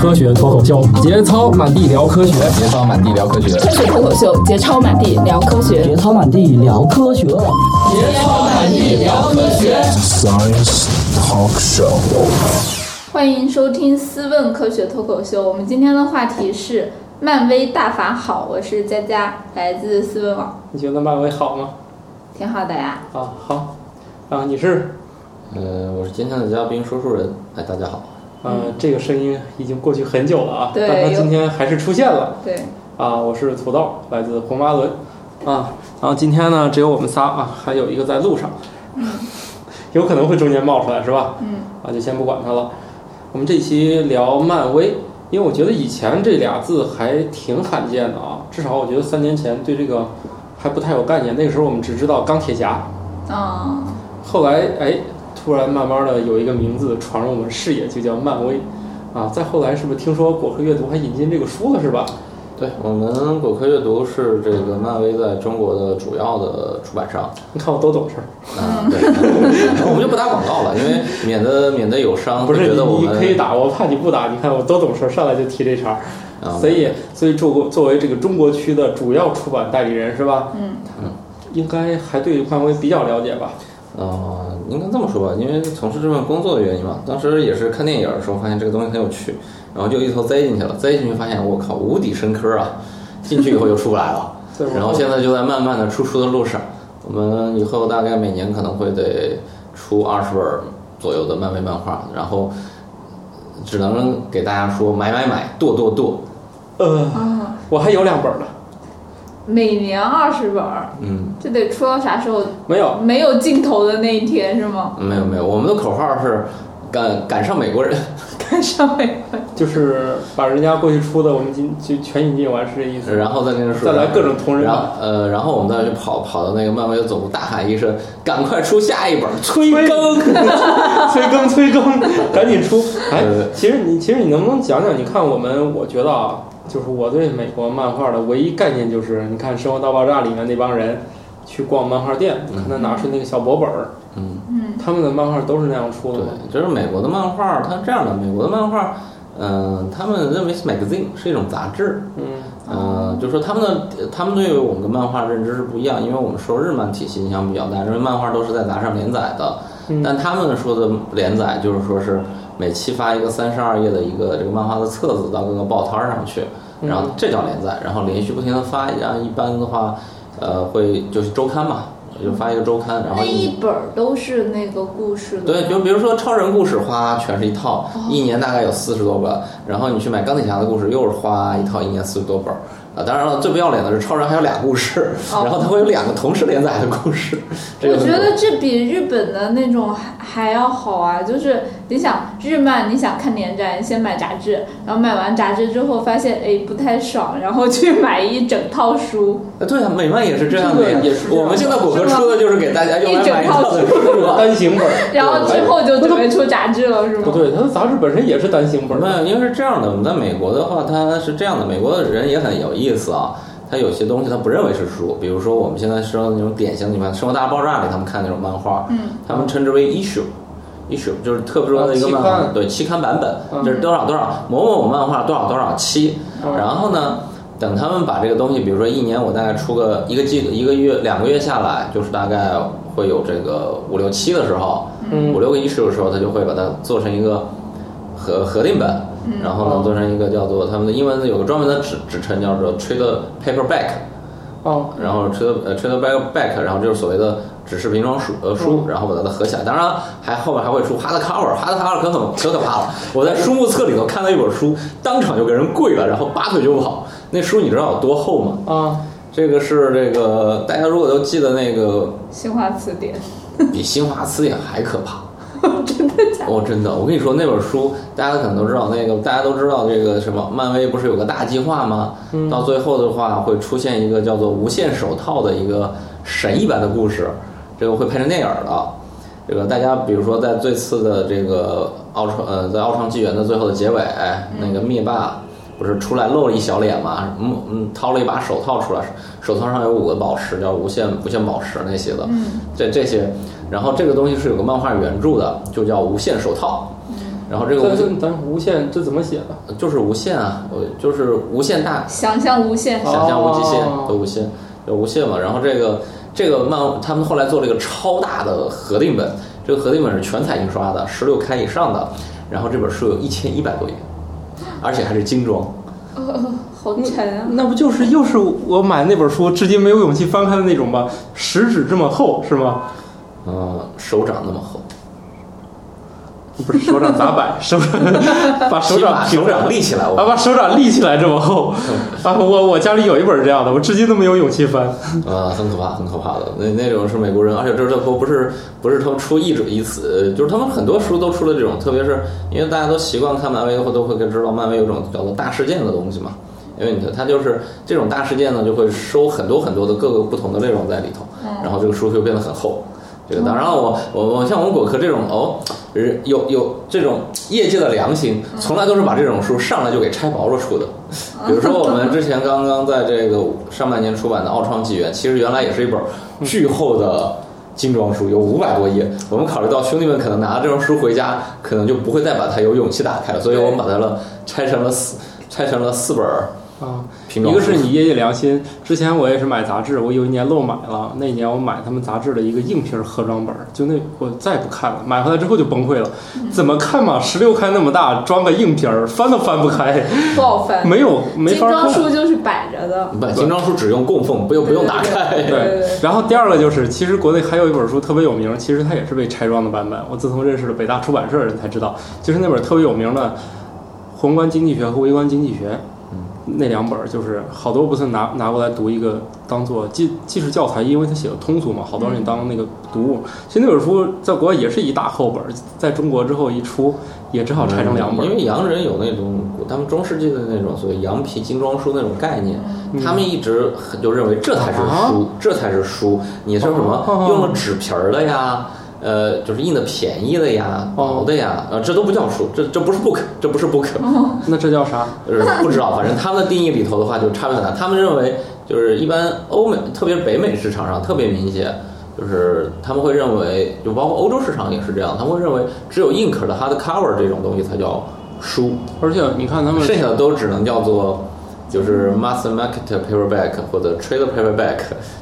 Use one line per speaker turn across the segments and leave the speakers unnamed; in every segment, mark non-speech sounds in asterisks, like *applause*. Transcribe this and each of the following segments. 科学脱口秀，节操满地聊科学，
节操满地聊科学，
科学脱口秀，节操满地聊科学，
节操满地聊科学，
节操满地聊科学。
Science Talk Show，
欢迎收听《思问科学脱口秀》。我们今天的话题是漫威大法好，我是佳佳，来自思问网。
你觉得漫威好吗？
挺好的呀。
啊，好。啊，你是？
呃，我是今天的嘉宾说书人。哎，大家好。
呃，这个声音已经过去很久了啊，
嗯对
但它今天还是出现了。
对，
啊，我是土豆，来自红巴伦，啊，然后今天呢只有我们仨啊，还有一个在路上，有可能会中间冒出来是吧？
嗯，
啊，就先不管它了。我们这期聊漫威，因为我觉得以前这俩字还挺罕见的啊，至少我觉得三年前对这个还不太有概念，那个时候我们只知道钢铁侠，
嗯，
后来哎，突然慢慢的有一个名字闯入我们视野，就叫漫威，啊，再后来是不是听说果壳阅读还引进这个书了是吧？
对我们果壳阅读是这个漫威在中国的主要的出
*laughs*
版商。
你看我都懂事儿，
啊，
*laughs*
对，我们就不打广告了，因为免得免得有伤，
不
会
是
觉
你
得嗯我
你
们
可以打，我怕你不打。你看我都懂事儿，上来就提这茬儿，
*laughs* 啊，
所以所以作为作为这个中国区的主要出版代理人是吧？
嗯，
应该还对漫威比较了解吧？
呃，应该这么说吧，因为从事这份工作的原因嘛，当时也是看电影的时候发现这个东西很有趣，然后就一头栽进去了，栽进去发现我靠无底深坑啊，进去以后就出不来了
对，
然后现在就在慢慢的出书的路上，我们以后大概每年可能会得出二十本左右的漫威漫画，然后只能给大家说买买买，剁剁剁，
呃，
嗯
啊，
我还有两本呢，
每年二十本儿，
嗯。
这得出到啥时候？
没有，
没有尽头的那一天是吗？
没有没有，我们的口号是赶赶上美国人。
看上美国，
就是把人家过去出的，我们今就全引进完是这意思。
然后在那个时候
再来各种同人
然
版
后呃，然后我们再去跑跑到那个漫威的总部，大喊一声：“赶快出下一本，催 *laughs* 更
催更催更，赶紧出！哎
呃，
其实你其实你能不能讲讲？你看我们，我觉得啊，就是我对美国漫画的唯一概念就是，你看《生活大爆炸》里面那帮人去逛漫画店，看他拿出那个小薄本儿，！”
嗯，
嗯，
他们的漫画都是那样出
对
的吗？，
就是美国的漫画，它是这样的，美国的漫画，嗯、他们认为是 magazine 是一种杂志，
嗯
嗯，就说他们的他们对我们的漫画认知是不一样，因为我们受日漫体系影响比较大，因为漫画都是在杂志上连载的，
嗯
但他们说的连载就是说是每期发一个三十二页的一个这个漫画的册子到各个报摊儿上去，
嗯
然后这叫连载，然后连续不停的发，然后一般的话，呃，会就是周刊嘛，就发一个周刊，然后
那一本儿都是那个故事的，
对，就比如说超人故事花全是一套，
哦
一年大概有四十多本，然后你去买钢铁侠的故事又是花一套，一年四十多本。啊，当然了，最不要脸的是超人还有俩故事，
哦
然后他会有两个同时连载的故事。这个
我觉
很多
得这比日本的那种还还要好啊！就是你想日漫，你想看连载，你先买杂志，然后买完杂志之后发现哎不太爽，然后去买一整套书，
啊，对啊，美漫也是这样的呀
这个也是这样的
我们现在果壳出的就是给大家用来买套的书啊。
单行本儿，
然后之后就准备出杂志了，是
不
吗？
对，它的杂志本身也是单行本儿。
那因为是这样的，我们在美国的话，它是这样的，美国的人也很有意思啊。他有些东西他不认为是书，比如说我们现在说的那种典型的，你看《生活大爆炸》里他们看那种漫画，
嗯，
他们称之为 issue。issue 就是特殊的一个漫画，
啊期刊
对期刊版本，
嗯
就是多少多少某某漫画多少多少期，
嗯
然后呢，等他们把这个东西，比如说一年我大概出个一个季一个月两个月下来，就是大概会有这个五六期的时候，
嗯
五六个 issue 的时候，他就会把它做成一个合合订本，
嗯
然
哦
后呢做成一个叫做他们的英文有个专门的指指称叫做 trade paperback，
哦，
然后 trade 呃 trade paperback，然后就是所谓的只是平装书呃书，然后把它合起来。当然还后面还会出 hard cover，hard cover 可很可可怕了。我在书目册里头看到一本书，当场就给人跪了，然后拔腿就跑。那书你知道有多厚吗？
啊，
这个是这个大家如果都记得那个
新华词典， *laughs*
比新华词典还可怕。
真的假的？
哦，真的，我跟你说那本书，大家可能都知道，那个大家都知道这个什么，漫威不是有个大计划吗？
嗯
到最后的话会出现一个叫做《无限手套》的一个神一般的故事，这个会拍成电影儿的。这个大家比如说在最次的这个奥创呃，在奥创纪元的最后的结尾，
嗯
那个灭霸不是出来露了一小脸嘛，嗯嗯，掏了一把手套出来，手套上有五个宝石，叫无限无限宝石那些的，
嗯
这这些，然后这个东西是有个漫画原著的，就叫《无限手套》。然后这个
但
无
是但是无限这怎么写的？
就是无限啊，我就是无限大，
想象无限，
想象无极限
哦
的无限，有无限嘛。然后这个这个漫，他们后来做了一个超大的合订本，这个合订本是全彩印刷的，十六开以上的。然后这本书有一千一百多页，而且还是精装。
好沉啊！
那不就是又是我买那本书至今没有勇气翻开的那种吗？食指这么厚是吗？
嗯，手掌那么厚，
不是手掌咋
*laughs*
摆？手掌把啊手
起
掌
码
平
手
着
掌立起来，我
啊，把手掌立起来这么厚啊！我我家里有一本这样的，我至今都没有勇气翻。
呃，很可怕，很可怕的。那那种是美国人，而且这这不不是不是他们出一种一次，呃就是他们很多书都出了这种，特别是因为大家都习惯看漫威，后都会知道漫威有种叫做大事件的东西嘛。因为你的它就是这种大事件呢，就会收很多很多的各个不同的内容在里头，
哦
然后这个书就变得很厚。这个当然我，我我像我们果壳这种哦，人有有这种业界的良心，从来都是把这种书上来就给拆薄了出的。比如说我们之前刚刚在这个上半年出版的《奥创纪元》，其实原来也是一本
嗯
巨厚的精装书，有五百多页。我们考虑到兄弟们可能拿这种书回家，可能就不会再把它有勇气打开了，所以我们把它了拆成了四拆成了四本儿
啊，
品种
一个是你业界良心，之前我也是买杂志，我有一年漏买了，那年我买他们杂志的一个硬皮儿盒装本儿，就那我再也不看了，买回来之后就崩溃了，
嗯
怎么看嘛，十六开那么大，装个硬皮儿，翻都翻不开，
不好翻。
没有没
嗯精
法
装
看。
书就是摆着的，
不精装书只用供奉，不用不用打开。
对，然后第二个就是，其实国内还有一本书特别有名，其实它也是被拆装的版本。我自从认识了北大出版社的人才知道，就是那本特别有名的《宏观经济学》和《微观经济学》，那两本儿就是好多不是拿拿过来读一个当做既既是教材，因为它写的通俗嘛，好多人当那个读物。其实那本书在国外也是一大厚本儿，在中国之后一出也只好拆成两本
嗯因
儿。
为洋人有那种他们中世纪的那种所谓羊皮精装书那种概念，
嗯
他们一直很就认为这才是书，这才是书。你说什么
啊哦
用了纸皮儿的呀？呃，就是印的便宜的呀，薄的呀，呃，这都不叫书，这这不是 book，这不是 book，
那这叫啥？
就是不知道，反正他们的定义里头的话就差别很大。他们认为就是一般欧美，特别是北美市场上特别明显，就是他们会认为，就包括欧洲市场也是这样，他们会认为只有硬壳的 hardcover 这种东西才叫书，
而且你看他们
剩下的都只能叫做。就是 mass market paperback 或者 trade paperback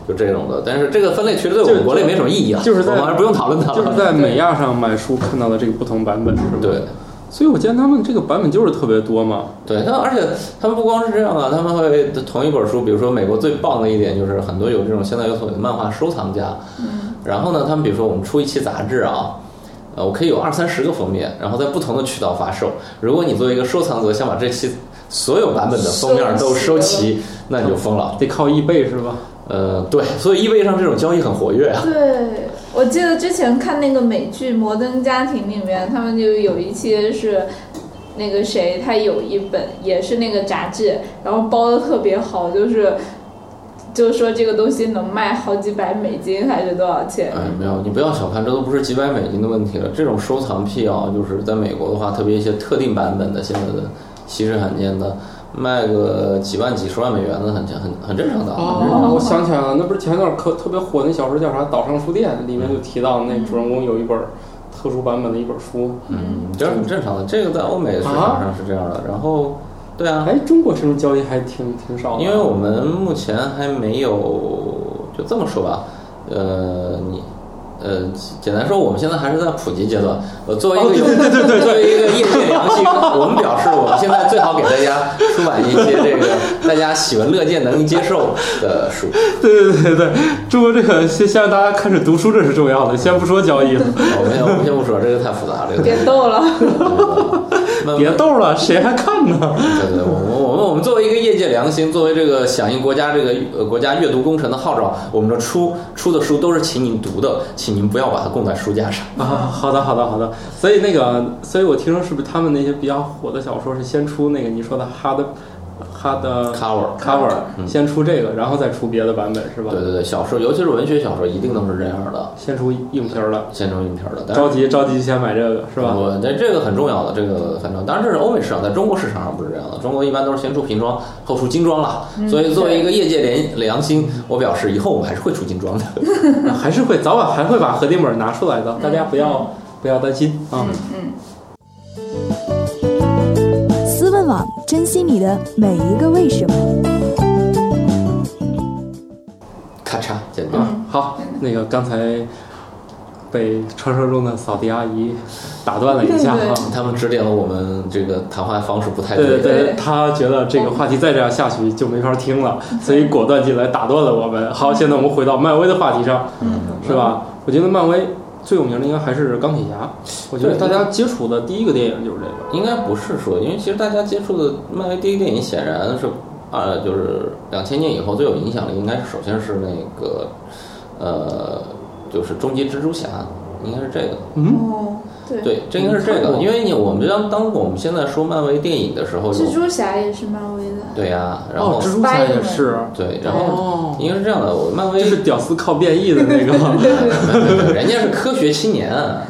就这种的，但是这个分类其实对我们国内没什么意义啊，
就是在
我们还是不用讨论它
就是
了。
在美亚上买书看到的这个不同版本，是吧？
对，
所以我见他们这个版本就是特别多嘛。
对，他而且他们不光是这样啊，他们会同一本书，比如说美国最棒的一点就是很多有这种现在有所谓的漫画收藏家，嗯，然后呢，他们比如说我们出一期杂志啊，呃，我可以有二三十个封面，然后在不同的渠道发售。如果你作为一个收藏者，想把这期所有版本的封面都收齐，那你就疯了。
得靠易贝是吧？
呃，对，所以 eBay 上这种交易很活跃 *laughs* 啊。
对，我记得之前看那个美剧《摩登家庭》里面，他们就有一期是那个谁，他有一本也是那个杂志，然后包的特别好，就是就说这个东西能卖好几百美金还是多少
*laughs*
钱？
哎，没有，你不要小看，这都不是几百美金的问题了。这种收藏癖啊，就是在美国的话，特别一些特定版本的现在的稀世罕见的，卖个几万、几十万美元的，很很很正常的。啊
我想起来了，那不是前段可特别火那小说叫啥《岛上书店》，里面就提到那主人公有一本特殊版本的一本书。
嗯，这是很正常的。这个在欧美市场上是这样的。然后，对啊，
哎，中国这种交易还挺挺少的，
因为我们目前还没有，就这么说吧，呃，你。呃，简单说，我们现在还是在普及阶段。呃，作为一个有、对对对作为一个业界良心，我们表示我们现在最好给大家出版一些这个大家喜闻乐见、能接受的书。 *laughs* 呃
对对对对，中国这个 *laughs* 先先让大家开始读书，这是重要的，先不说交易了，
*laughs* 我们先我们先不说，这个太复杂，这个
别
*laughs* 太
逗了，
复杂了。
别逗了，谁还看呢？
对对，我我我们我们作为一个业界良心，作为这个响应国家这个呃国家阅读工程的号召，我们的出出的书都是请您读的，请您不要把它供在书架上。
啊，好的好的好的，所以那个，所以我听说是不是他们那些比较火的小说是先出那个你说的 hard hard
cover。嗯
cover，、先出这个，然后再出别的版本是吧？
对对对，小说，尤其是文学小说，一定都是这样的，
先出硬皮儿了，
先中硬片儿的。但
着急着急先买这个是吧？
我这这个很重要的，这个很重要。当然这是欧美市场，在中国市场上不是这样的。中国一般都是先出平装，后出精装了。所以作为一个业界良良心，我表示以后我们还是会出精装的。嗯
*laughs* 还是会
嗯
嗯
嗯
早晚还会把合订本拿出来的，大家不要不要担心啊。
嗯。
网，珍惜你的每一个为什么。
咔嚓剪
嗯
掉。
啊，好，那个刚才被传说中的扫地阿姨打断了一下
对
哈。
他们指点了我们这个谈话方式不太
嗯对对
哎对，
对，他觉得这个话题再这样下去就没法听了，所以果断进来打断了我们。
嗯
好，现在我们回到漫威的话题上，是吧？我觉得漫威最有名的应该还是钢铁侠，我觉得大
对
家接触的第一个电影就是这个。
应该不是说，因为其实大家接触的漫威第一电影显然是，呃，就是两千年以后最有影响力，应该是首先是那个，呃，就是终极蜘蛛侠，应该是这个。
嗯，
哦，对，
对，这应该是这
你看
个，
过
因为你我们当当我们现在说漫威电影的时候有
蜘，蛛侠也是漫威的，
对呀、然后、
哦，蜘蛛侠也是，
对，然后
哦，
应该是这样的，我漫威
这是屌丝靠变异的那个，
人家是科学青年，啊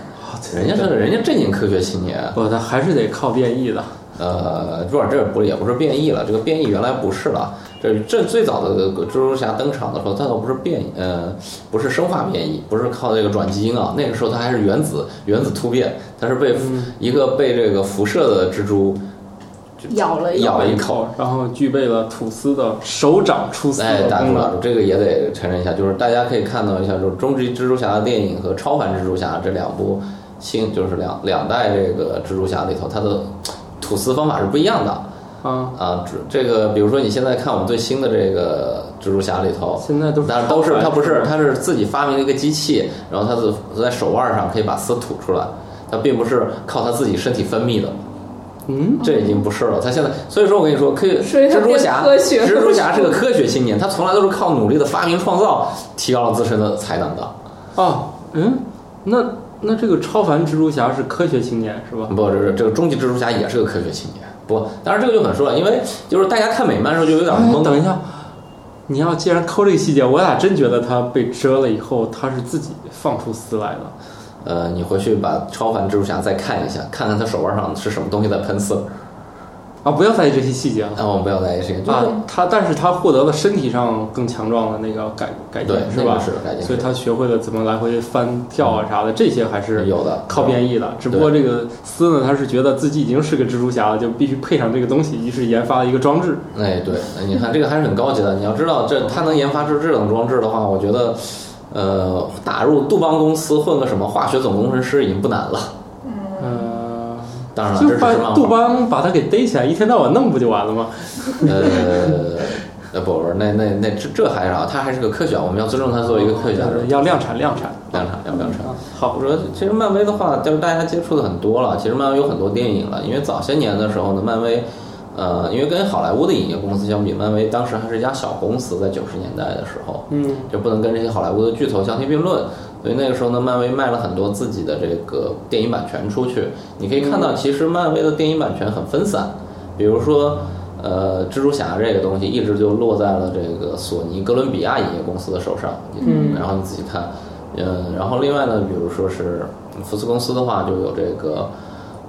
人家是人家正经科学青年，啊
不，他还是得靠变异的。
呃，不是，这不也不是变异了，这个变异原来不是了。这这最早的蜘蛛侠登场的时候，它倒不是变异，呃，不是生化变异，不是靠这个转基因啊，那个时候它还是原子原子突变，它是被、一个被这个辐射的蜘蛛
咬了一
咬了一
一
口，
口，然后具备了吐丝的手掌出丝
哎，
的
打
功
住打
能。
住，这个也得承认一下，就是大家可以看到一下，就是《终极蜘蛛侠》的电影和《超凡蜘蛛侠》这两部新，就是两两代这个蜘蛛侠里头，它的吐丝方法是不一样的。
啊，
啊，只这个比如说你现在看我们最新的这个蜘蛛侠里头，
现在都是
但是都是
超凡
它不
蜘
是
蛛，
它是自己发明了一个机器，然后它是在手腕上可以把丝吐出来，它并不是靠它自己身体分泌的，
嗯，
这已经不是了。它现在，所以说我跟你说，科
所以它
蜘蛛侠，
变科学了
蜘蛛侠是个科学青年，他从来都是靠努力的发明创造提高了自身的才能的。
啊，嗯，那那这个超凡蜘蛛侠是科学青年是吧？
不，这是这个终极蜘蛛侠也是个科学青年。不，当然这个就很说了，因为就是大家看美漫的时候就有点懵。
哎等一下，你要既然抠这个细节，我俩真觉得他被蛰了以后，他是自己放出丝来的。
呃，你回去把超凡蜘蛛侠再看一下，看看他手腕上是什么东西在喷刺。
啊，不要在意这些细节了。
但我们不要在意这个，
啊，他但是他获得了身体上更强壮的那个改改进
对，，
是
那
吧
个？是改进，
所以他学会了怎么来回翻跳啊啥的，这些还
是
是
有的，
靠变异的。只不过这个斯呢，他是觉得自己已经是个蜘蛛侠了，就必须配上这个东西，于是研发了一个装置。
哎，对，哎你看这个还是很高级的。你要知道，这他能研发出这种装置的话，我觉得，呃，打入杜邦公司混个什么化学总工程师已经不难了。
呃，
当然了，
就
啊这只是
把
漫
杜
画。
邦把他给逮起来，一天到晚弄不就完了吗？
呃，呃，不不，那那那这这还是啊，他还是个科学，我们要尊重他作为一个科学家。
呃要量产量产。
量产，要量产。
好
我，说，其实漫威的话，就是大家接触的很多了。其实漫威有很多电影了，因为早些年的时候呢，漫威，呃，因为跟好莱坞的影业公司相比，漫威当时还是一家小公司，在九十年代的时候，
嗯，
就不能跟这些好莱坞的巨头相提并论。所以那个时候呢，漫威卖了很多自己的这个电影版权出去。你可以看到，其实漫威的电影版权很分散，比如说。呃，蜘蛛侠这个东西一直就落在了这个索尼哥伦比亚影业公司的手上。
嗯
然后你仔细看，嗯，然后另外呢，比如说是福斯公司的话，就有这个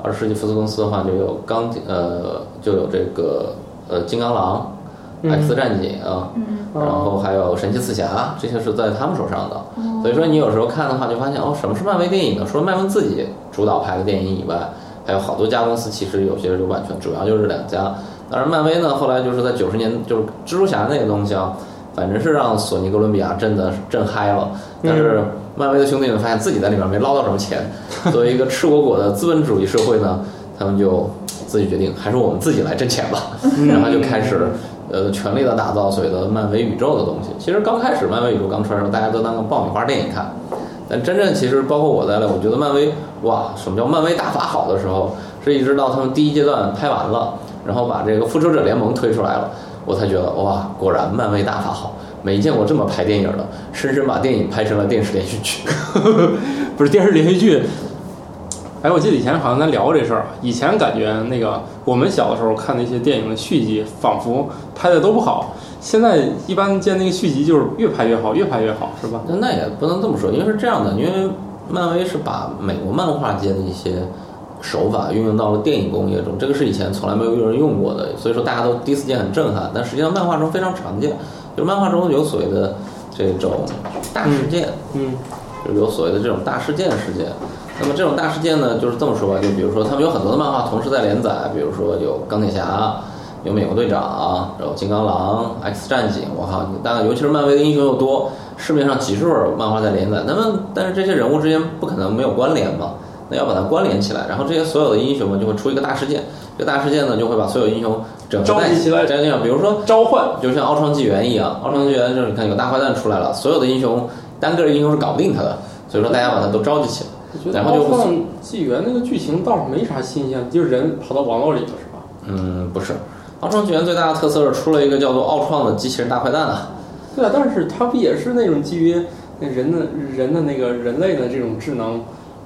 二十世纪福斯公司的话，就有钢铁呃，就有这个呃金刚狼、X 战警啊，
嗯
然后还有神奇四侠，这些是在他们手上的。所以说你有时候看的话，就发现哦，什么是漫威电影呢？除了漫威自己主导拍的电影以外，还有好多家公司其实有些有版权，主要就是两家。当然，漫威呢，后来就是在九十年，就是蜘蛛侠那个东西啊，反正是让索尼哥伦比亚震的震嗨了。但是漫威的兄弟们发现自己在里面没捞到什么钱，作为一个赤果果的资本主义社会呢，他们就自己决定，还是我们自己来挣钱吧。然后就开始呃全力的打造所谓的漫威宇宙的东西。其实刚开始漫威宇宙刚出来的时候，大家都当个爆米花电影看。但真正其实包括我在内，我觉得漫威哇，什么叫漫威大法好的时候，是一直到他们第一阶段拍完了，然后把这个复仇者联盟推出来了，我才觉得哇，果然漫威大法好，没见过这么拍电影的，深深把电影拍成了电视连续剧。 *laughs*
不是电视连续剧。哎，我记得以前好像咱聊过这事儿。啊以前感觉那个我们小的时候看那些电影的续集，仿佛拍的都不好。现在一般见那个续集就是越拍越好，越拍越好，是吧？
那那也不能这么说，因为是这样的，因为漫威是把美国漫画界的一些手法运用到了电影工业中，这个是以前从来没有人用过的，所以说大家都第一次见很震撼。但实际上漫画中非常常见，就是漫画中有所谓的这种大事件，
嗯
就是有所谓的这种大事件事件。那么这种大事件呢，就是这么说吧，就比如说他们有很多的漫画同时在连载，比如说有钢铁侠，有美国队长，然后金刚狼、X 战警，我靠，当然尤其是漫威的英雄又多，市面上几十本漫画在连载，那么但是这些人物之间不可能没有关联嘛，那要把它关联起来，然后这些所有的英雄们就会出一个大事件，这个大事件呢就会把所有英雄整合在一
召集起来
这样比如说
召唤
就像奥创纪元一样，奥创纪元就是你看有大坏蛋出来了，所有的英雄单个英雄是搞不定他的，所以说大家把他都召集起来。
我觉得哦
然
《
后就
奥创纪元》那个剧情倒是没啥新鲜，就是人跑到网络里了，是吧？
嗯，不是，奥创纪元最大的特色是出了一个叫做奥创的机器人大坏蛋啊。
对啊，但是它不也是那种基于那人的人的那个人类的这种智能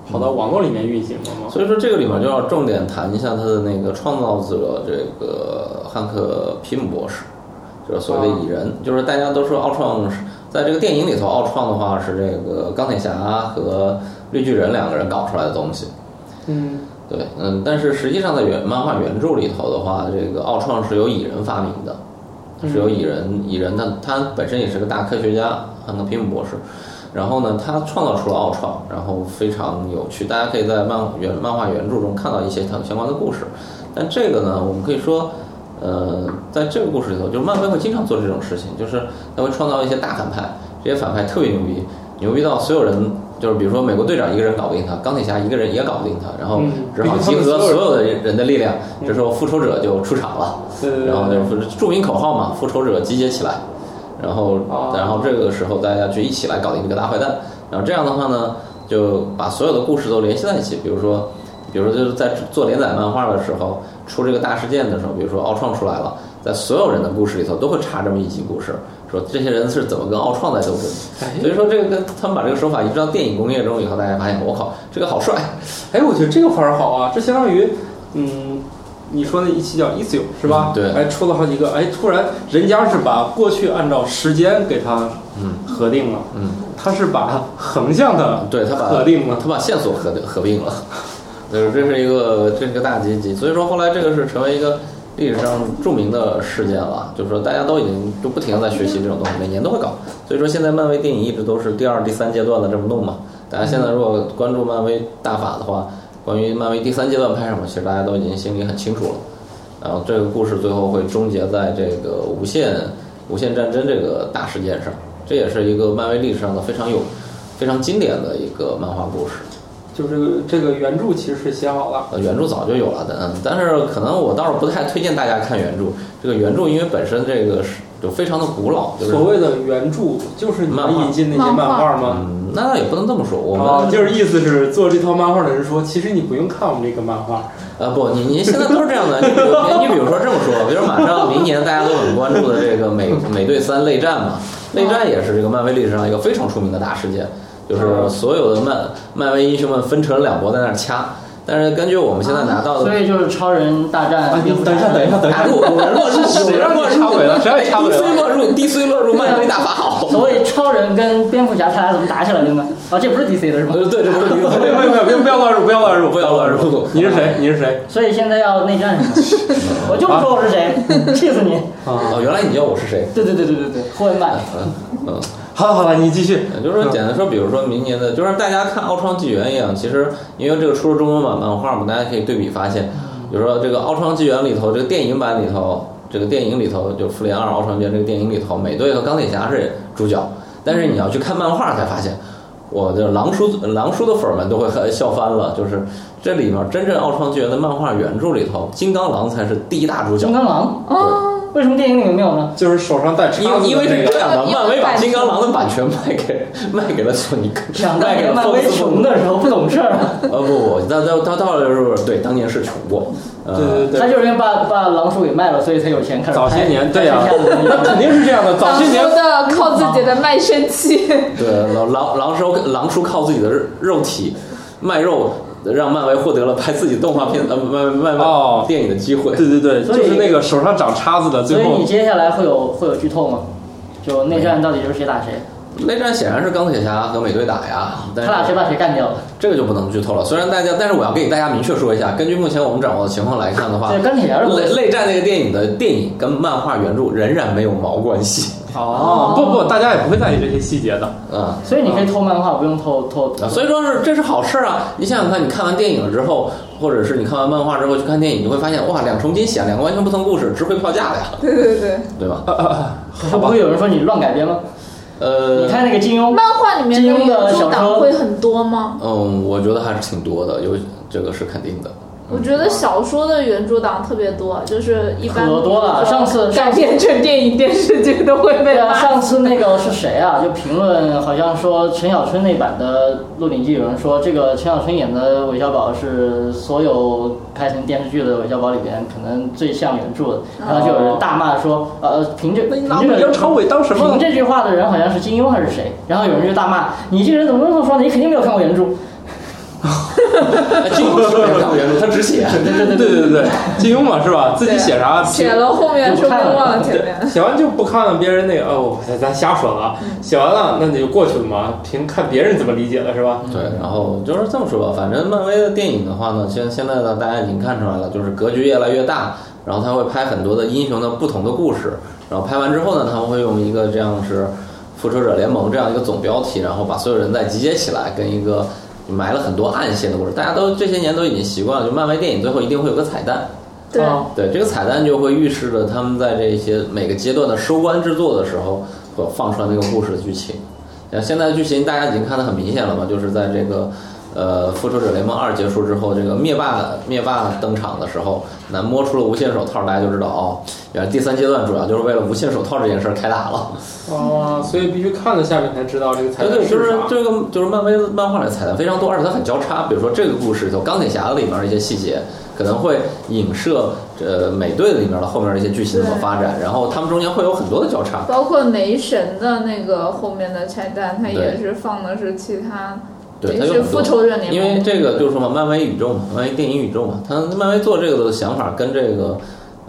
跑到网络里面运行的吗？
所以说这个里面就要重点谈一下他的那个创造者这个汉克皮姆博士，就是所谓的蚁人，就是大家都说奥创是在这个电影里头，奥创的话是这个钢铁侠和绿巨人两个人搞出来的东西。
嗯，
对，嗯，但是实际上在原漫画原著里头的话，这个奥创是由蚁人发明的，它是由蚁人，蚁人他他本身也是个大科学家，汉克皮姆博士。然后呢，他创造出了奥创，然后非常有趣，大家可以在漫原漫画原著中看到一些它相关的故事。但这个呢，我们可以说，呃，在这个故事里头，就是漫威会经常做这种事情，就是他会创造一些大反派，这些反派特别牛逼，牛逼到所有人，就是比如说美国队长一个人搞不定他，钢铁侠一个人也搞不定他，然后
嗯
只好集合所有的人的嗯力量，这时候复仇者就出场了。
对对对，
然后就是著名口号嘛，复仇者集结起来，然后
哦
然后这个时候大家就一起来搞定这个大坏蛋，然后这样的话呢，就把所有的故事都联系在一起，比如说。比如说，就是在做连载漫画的时候，出这个大事件的时候，比如说奥创出来了，在所有人的故事里头都会插这么一集故事，说这些人是怎么跟奥创在斗争。
哎
所以说，这个他们把这个手法移植到电影工业中以后，大家发现，我靠，这个好帅！
哎，我觉得这个反而好啊，这相当于，嗯，你说那一期叫《一九》是吧？
嗯对
哎，出了好几个，哎，突然人家是把过去按照时间给它
嗯
核定了，
嗯，啊
他是把横向的
对他把
核定了，
他把线索合并合并了，就是这是一个这是一个大结局，所以说后来这个是成为一个历史上著名的事件了，就是说大家都已经就不停的在学习这种东西，每年都会搞，所以说现在漫威电影一直都是第二、第三阶段的这么弄嘛。大家现在如果关注漫威大法的话，关于漫威第三阶段拍什么，其实大家都已经心里很清楚了。然后这个故事最后会终结在这个无限无限战争这个大事件上，这也是一个漫威历史上的非常有非常经典的一个漫画故事。
就这个这个原著其实是写好了，
呃，原著早就有了的，嗯，但是可能我倒是不太推荐大家看原著。这个原著因为本身这个是就非常的古老，就是
所谓的原著就是你
漫
们
画
引进那些漫
漫画
画吗？
嗯，那也不能这么说，我们、
啊，就是意思是做这套漫画的人说，其实你不用看我们这个漫画，
啊，不，你你现在都是这样的。你比如你比如说这么说，比如马上明年大家都很关注的这个美美队三内战嘛，内战也是这个漫威历史上一个非常出名的大事件，
嗯
就是所有的漫漫威英雄们分成两拨在那儿掐。但是根据我们现在拿到的
所以就是超人大战
啊，你
蝙蝠侠
等一下，等一下，等一
打
下，
入，有人落入，
谁
有人
让
落
你
入
插嘴了谁让你插嘴了
DC 落入，DC 落入漫威大法
*laughs*
好。
所谓超人跟蝙蝠侠他俩怎么打起来的呢？啊，这不是 DC 的是吗？
呃，对，这不是 DC，
*laughs* 没有没有没有，不要乱入，不要乱入，
不要乱入
你是谁？你是谁？
所以现在要内战是吗？我就不说我是谁，气死你！
啊，
哦，原来你叫我是谁？
对对对对对对，霍恩版
嗯嗯。
好了好了，你继续。
就是说，简单说，比如说明年的，就是大家看《奥创纪元》一样，其实因为这个出了中文版漫画嘛，大家可以对比发现，比如说这个《奥创纪元》里头，这个电影版里头，这个电影里头就《复联二：奥创纪元》这个电影里头，美队和钢铁侠是主角，但是你要去看漫画才发现。我的狼叔狼叔的粉儿们都会很笑翻了，就是这里面真正《奥创纪元》的漫画原著里头，金刚狼才是第一大主角
金。刚狼，
哦
对，
为什么电影里面没有呢？
就是手上带
因
叉
为
子
因为
的那
是这
个，
样的，
因为
漫威把
版权
金刚狼的版权卖给卖给了索尼克，
想当
卖给
年
了
漫
Fox
威穷的时候不懂事儿，
*laughs*
啊
呃不不，他他他到了就是对，当年是穷过，呃，
对对
他
对，
就是因为把把狼叔给卖了，所以才有钱开始
早些年对啊呀
呀，
那肯定是这样的。早
当
些
初
年
的靠自己的卖身契，
对狼狼狼叔狼叔靠自己的肉肉体卖肉，让漫威获得了拍自己动画片呃漫漫
哦
漫电影的机会。
对对对，就
所以
是那个手上长叉子的，*laughs*
所
最
以你
后
接下来会有会有剧透吗？就内战到底是谁打谁？
内战显然是钢铁侠和美队打呀，但
他俩
是
谁把谁干掉了？
这个就不能剧透了。虽然大家，但是我要给大家明确说一下，根据目前我们掌握的情况来看的话
对，，钢铁侠是
内内战那个电影的电影跟漫画原著仍然没有毛关系
哦，不不，大家也不会在意这些细节的。
啊、
啊所以你可以偷漫画，不用偷偷。
啊所以说是这是好事啊！你想想看，你看完电影了之后，或者是你看完漫画之后去看电影，你会发现哇，两重惊喜啊，两个完全不同故事，值回票价的呀， *laughs*
对对对，
对
啊
吧？
会不会有人说你乱改编了？
呃，
你看那个金庸，
漫画里面
金庸的
原著
小
党
说
会很多吗？
嗯，我觉得还是挺多的，有这个是肯定的。
我觉得小说的原著党特别多，就是一般
可多了上次
改编成电影、电视剧都会被
对啊，
骂。
上次那个是谁啊？就评论好像说陈小春那版的《鹿鼎记》，有人说这个陈小春演的韦小宝是所有拍成电视剧的韦小宝里边可能最像原著的，然后就有人大骂说，呃，凭这凭
拿
这
梁朝伟当什么
凭？这句话的人好像是金庸还是谁，然后有人就大骂你这个人怎么这么说呢？你肯定没有看过原著。
哎金庸是没有看过原著，他只写。啊
对对对
对对对，金庸嘛是吧？自己写
*laughs*
啥？
写了后面说不定忘了前面。
写完就不看了别人那个哦，咱咱瞎说了啊，写完了那你就过去了嘛，凭看别人怎么理解了是吧？
对，然后就是这么说吧，反正漫威的电影的话呢，现现在呢大家已经看出来了，就是格局越来越大，然后他会拍很多的英雄的不同的故事，然后拍完之后呢，他们会用一个这样是复仇者联盟这样一个总标题，然后把所有人再集结起来，跟一个埋了很多暗线的故事，大家都这些年都已经习惯了，就漫威电影最后一定会有个彩蛋，
对，
哦
对，这个彩蛋就会预示着他们在这些每个阶段的收官制作的时候，会放出来那个故事的剧情。像现在的剧情大家已经看得很明显了嘛，就是在这个呃《复仇者联盟二》结束之后，这个灭霸灭霸登场的时候，那摸出了无限手套，大家就知道哦，原来第三阶段主要就是为了无限手套这件事儿开打了。
哦，所以必须看了下面才知道这个彩
对
蛋
对，就是是
啥。
这个就是漫威漫画里的彩蛋非常多，而且它很交叉。比如说这个故事里头，钢铁侠里面的一些细节可能会影射呃美队里面的后面的一些剧情怎么发展，然后他们中间会有很多的交叉。
包括雷神的那个后面的彩蛋，它也
对
是放的是其他，
对，它
也是
有很
复
多。
仇者联盟。
因为这个就是说嘛，漫威宇宙嘛，漫威电影宇宙嘛，它漫威做这个的想法跟这个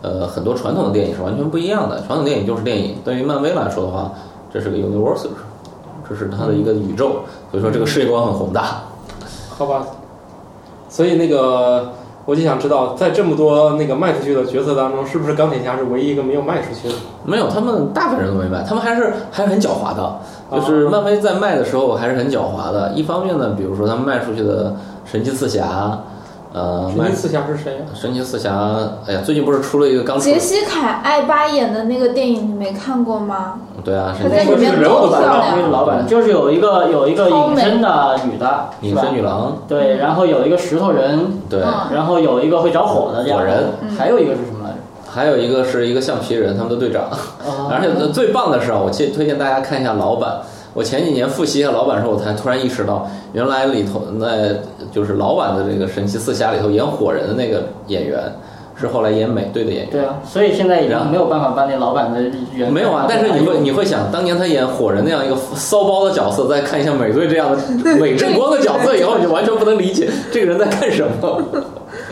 呃很多传统的电影是完全不一样的。传统电影就是电影，对于漫威来说的话，这是个 universe，这是它的一个宇宙，所以说这个世界观很宏大。
好吧，所以那个我就想知道，在这么多那个卖出去的角色当中，是不是钢铁侠是唯一一个没有卖出去的？
没有，他们大部分人都没卖，他们还是还是很狡猾的。就是
哦
漫威在卖的时候还是很狡猾的。一方面呢，比如说他们卖出去的神奇四侠，呃，
神
卖
奇四侠是谁呀、啊
神奇四侠，哎呀，最近不是出了一个刚出
杰西卡·艾巴演的那个电影你没看过吗？
对啊，神
她
奇
在
那
里
个是
面
人
多
物
漂
版
老
吧
板
亮！
老板就是有一个有一个
超
隐
美
身的女的，是
隐
吧
身女郎，
对，然后有一个石头人，
对，
嗯
然后有一个会着火的这样
火人
嗯
还有一个是什么来着？
还有一个是一个橡皮人，他们的队长。
哦
嗯
而且最棒的是啊，我建推荐大家看一下老版。我前几年复习一下老版的时候，我才突然意识到，原来里头那就是老版的这个神奇四侠里头演火人的那个演员，是后来演美队的演员。
对啊，所以现在已
然后
经没有办法把那老板的原
没有啊，但是你会你会想，当年他演火人那样一个骚包的角色，再看一下美队这样 *laughs* 的美正光的角色以后，你就完全不能理解这个人在干什 *laughs* 么，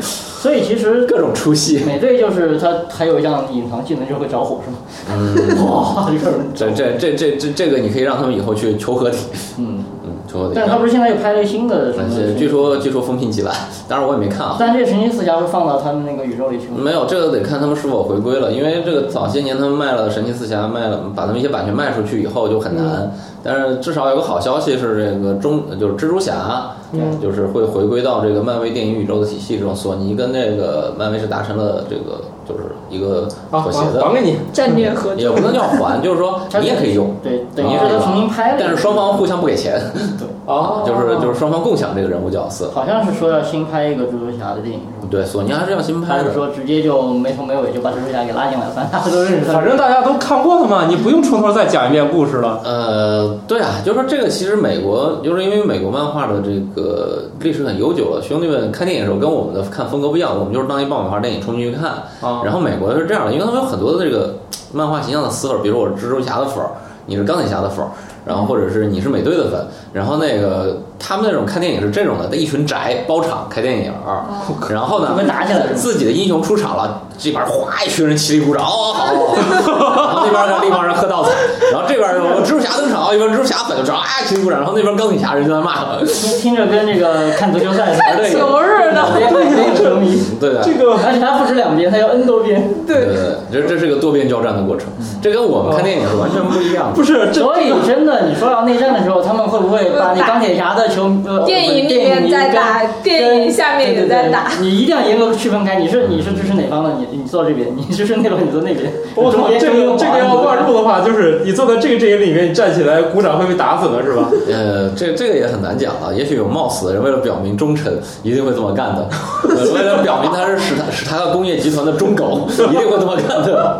所以其实
各种出戏。
美队就是他还有一项隐藏技能就是会着火是吗？
嗯 *laughs*
哇，这个人
这这这这这这个你可以让他们以后去求合体，
嗯，
嗯，求合体。
但是他不是现在又拍了一新的什
但
么
是
神奇？
据说据说风评极烂，当然我也没看啊。
但这个神奇四侠会放到他们那个宇宙里去吗？
没有，这个得看他们是否回归了，因为这个早些年他们卖了神奇四侠，卖了把他们一些版权卖出去以后就很难。
嗯
但是至少有个好消息是，这个中就是蜘蛛侠，
嗯
就是会回归到这个漫威电影宇宙的体系中。索尼跟这个漫威是达成了这个就是一个
啊？
妥协
还
的，
还给你。
战略合作
也不能叫还，就是说
他
你也可以用，
对，等
你
于
也
是
可以
他重新
用
拍了，
但是双方互相不给钱，
哎哦，
就是就是双方共享这个人物角色。
好像是说要新拍一个蜘蛛侠的电影是吗？
对，索尼还是要新
还
拍的
是。说直接就没头没尾就把蜘蛛侠给拉进来了，反正大家都认识他
反。正大家都看过了嘛，你不用从头再讲一遍故事了。
呃，对啊，就是说这个其实美国，就是因为美国漫画的这个历史很悠久了。兄弟们看电影的时候跟我们的看风格不一样，我们就是当一爆米花电影冲进去看。
啊，
然后美国是这样的，因为他们有很多的这个漫画形象的死粉，比如说我是蜘蛛侠的粉儿，你是钢铁侠的粉儿，然后或者是你是美队的粉，然后那个他们那种看电影是这种的，一群宅包场看电影儿，然后呢
你们打起来是吗
自己的英雄出场了，这边哗一群人起立鼓掌，哦好，然后那边让另一帮人喝倒彩，然后这边有蜘蛛侠登场，一边蜘蛛侠粉就知道啊起立鼓掌，然后那边钢铁侠人就在骂了，
听听着跟这个看足球赛似的，
球
*laughs* 球日的，
两边肯定球迷，
对的。
这个而且它不止两边，它有 N 多边，
对对，对，这这是个多边交战的过程，
嗯
这跟我们看电影是完全不一样的。
不是这
所以真的，你说要内战的时候，他们会不会把你钢铁侠的球呃
电影里
电影
面在打
跟，
电影下面也在打
对。对对你一定要严格区分开，你是你是支持哪方的，你你坐这边，你支持那方，你坐那边。
我
中
操，哦
间
这
中
个
间
这个要乱入的话，就是你坐在这个阵营里面，你站起来鼓掌会被打死的是吧？
呃，这这个也很难讲了，也许有冒死的人为了表明忠诚，一定会这么干的； *laughs* 呃为了表明他是史塔史塔克工业集团的忠狗，一定会这么干的。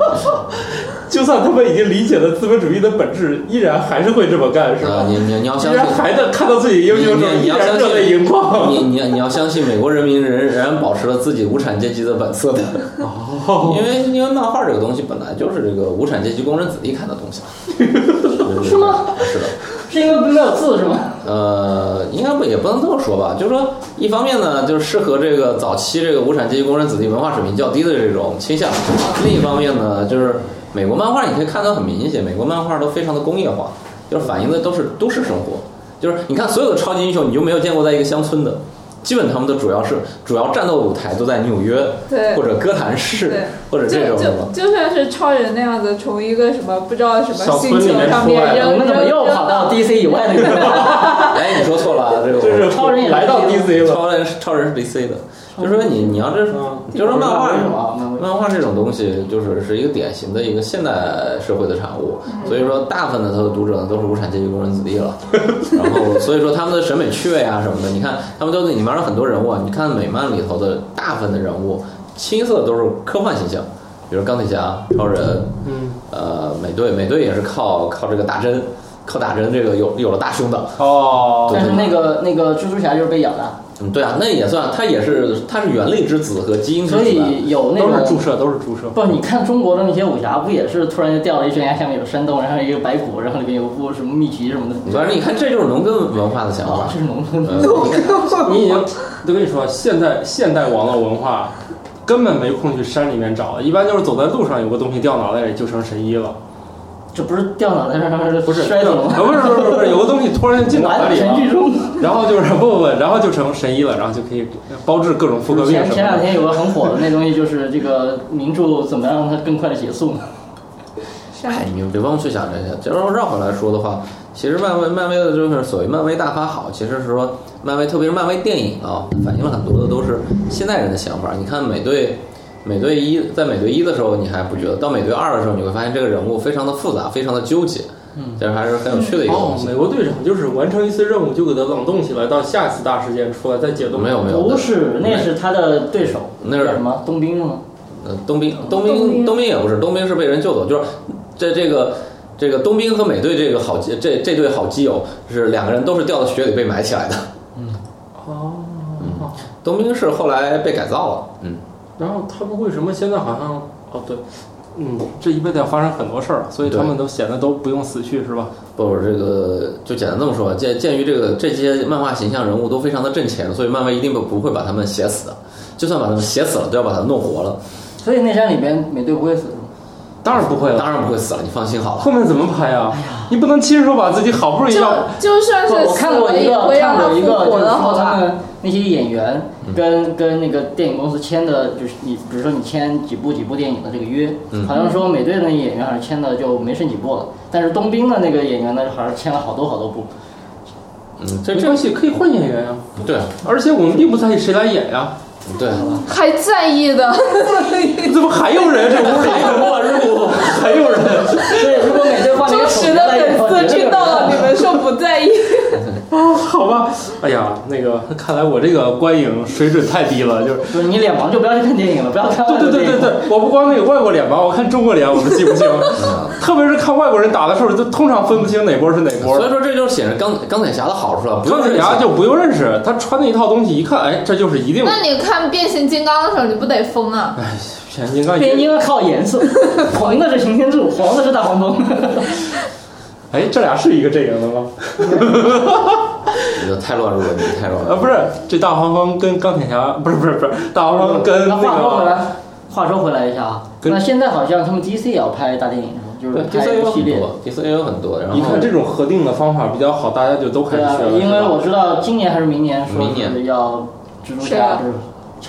就算他们已经理解了资本主义的本质，依然还是会这么干，是
啊，
吧？
你你你要相信
依然。还能看到自己英雄者，依
你要
然
相信
热泪盈眶。
你你你要相信美国人民仍仍然保持了自己无产阶级的本色的，因为因为漫画这个东西本来就是这个无产阶级工人子弟看的东西， *laughs* 是吗？是的，
是因为没有字是吗？
呃，应该不也不能这么说吧，就是说，一方面呢，就是适合这个早期这个无产阶级工人子弟文化水平较低的这种倾向；另一方面呢，就是美国漫画你可以看得很明显，美国漫画都非常的工业化，就是反映的都是都市生活。就是你看所有的超级英雄，你就没有见过在一个乡村的，基本他们的主要是主要战斗舞台都在纽约
对
或者哥谭市
对
或者
就
这种什
就
么。
就算是超人那样子，从一个什么不知道什
小
么
村
星
里
球
面
上
出来
面
的
扔
我们怎么
扔
又
扔
跑到 DC 以外的地方了？
哎，你说错了啊，这个我
就是
超人也是
来到 DC 了，
超人是超人是 DC 的，就是说你你要这
嗯，
就是说漫画
为什么啊？漫威
漫画这种东西就是是一个典型的一个现代社会的产物，
嗯
所以说大部分的他的读者呢都是无产阶级工人子弟
*laughs*
了，然后所以说他们的审美趣味啊什么的，你看他们都里面有很多人物啊，你看美漫里头的大部分的人物，清一色都是科幻形象，比如钢铁侠、超人，
嗯，
呃，美队，美队也是靠靠这个打针，靠打针这个有有了大胸的，
哦，
但是那个那个蜘蛛侠就是被咬的，
嗯，对啊，那也算，他也是他是原力之子和基因之
所
子啊。
以有那
都是注
种。
射，都是注射。
不，你看中国的那些武侠，不也是突然就掉了一悬崖，下面有山洞，然后一个白骨，然后里面有部什么秘籍什么的。
反正你看，这就是农耕文化的想
啊
法，
这。是农村
嗯
的。
你已经都跟你说，现代现代网络文化根本没空去山里面找了，一般就是走在路上有个东西掉脑袋里就成神 *laughs* 医了，
这不是掉脑袋上，是
不是？
摔
掉
死了
啊
吗？
不是不是不是，有个东西突然进脑袋
完
里
全剧
了，
终。
然后就是不不不，然后就成神医了，然后就可以包治各种妇科病
前
什
前
么
两
的。
天有个很火的那东西，就是这个名著怎么让它更快的结束嘛？
啥
哎，你们别忘去想这些。就是说绕回来说的话，其实漫威漫威的就是所谓漫威大法好，其实是说漫威，特别是漫威电影啊，反映了很多的都是现代人的想法。你看美队，美队一在美队一的时候你还不觉得，到美队二的时候你会发现这个人物非常的复杂，非常的纠结，嗯，这还是很有趣的一个东
哦，
西。
美国队长就是完成一次任务就给他冷冻起来，到下一次大事件出来再解冻。哦
没有没有，
不是，那是他的对手，
那是
叫什么？冬兵吗？
呃，冬兵，
冬
冬兵，
兵
冬兵也不是，冬兵是被人救走，就是这这个这个冬兵和美队这个好基这这对好基友是两个人都是掉到雪里被埋起来的。
哦，
冬兵是后来被改造了，嗯，
然后他们为什么现在好像哦对，嗯，这一辈子要发生很多事儿，所以他们都显得都不用死去是吧？
不不，这个就简单这么说，鉴鉴于这个这些漫画形象人物都非常的挣钱，所以漫威一定不不会把他们写死的，就算把他们写死了，都要把他们弄活了。
所以内战里边美队不会死是吗？
当然不会了，
当然不会死了，哎你放心好
*laughs*
了。
后面怎么拍啊？你不能亲手把自己好不容易
就
要
就算是
我
死
看过
了
一
也
个，
会让
看
他
过一
复
个，就
活
是
的，好
说他
吧？
们那些演员
嗯
跟跟那个电影公司签的，就是你比如说你签几部几部电影的这个约，
嗯
好像说美队的那个演员好像签的就没剩几部了，但是冬兵的那个演员呢，好像签了好多好多部。
嗯，这
没
这
关系，可以换演员呀、
对
而且我们并不在意谁来
*laughs*
演呀、
对，
*laughs* 还在意的，
怎么还有人？这屋里
我入，
还有人？
所以如果美队换了一
忠
个手
实
机
的
来演，
粉丝听到了，你们说不在
*laughs*
意，
哦，好吧。哎呀，那个，看来我这个观影水准太低了，
*laughs*
就是。
不是你脸盲就不要去看电影了，不要看
对
外
对
国
对
电
对
影。
对，我不光那个外国脸吧，我看中国脸我都记不
*laughs*
清，
嗯
特别是看外国人打的时候，就通常分不清哪波是哪波
所。以说这就是显示钢钢铁侠的好处了，不用
钢铁
认
侠
识
就不用认识，他穿那一套东西一看，哎，这就是一定。
那你看变形金刚的时候，你不得疯啊？
嗯
哎，变形金刚也
变应该靠颜色，红的是擎天柱，黄的是大黄蜂。
哎，这俩是一个阵营的吗？
你就太乱入了，你太乱入了。
呃，不是，这大黄蜂跟钢铁侠不是不是不是，大黄蜂嗯跟
哦嗯那
那
话说回
个
来，话说回来一下啊，
跟
那现在好像他们 DC 也要拍大电影，是吧就是
对，DC
拍
也
一
有
个系
很
列。
多，DC 也有很多。然后
你看这种核定的方法比较好，大家就都开
对
始
啊
学，了。
因为
是吧
我知道今年还是明年说
明
是
年
要蜘蛛
是啊
侠，是吧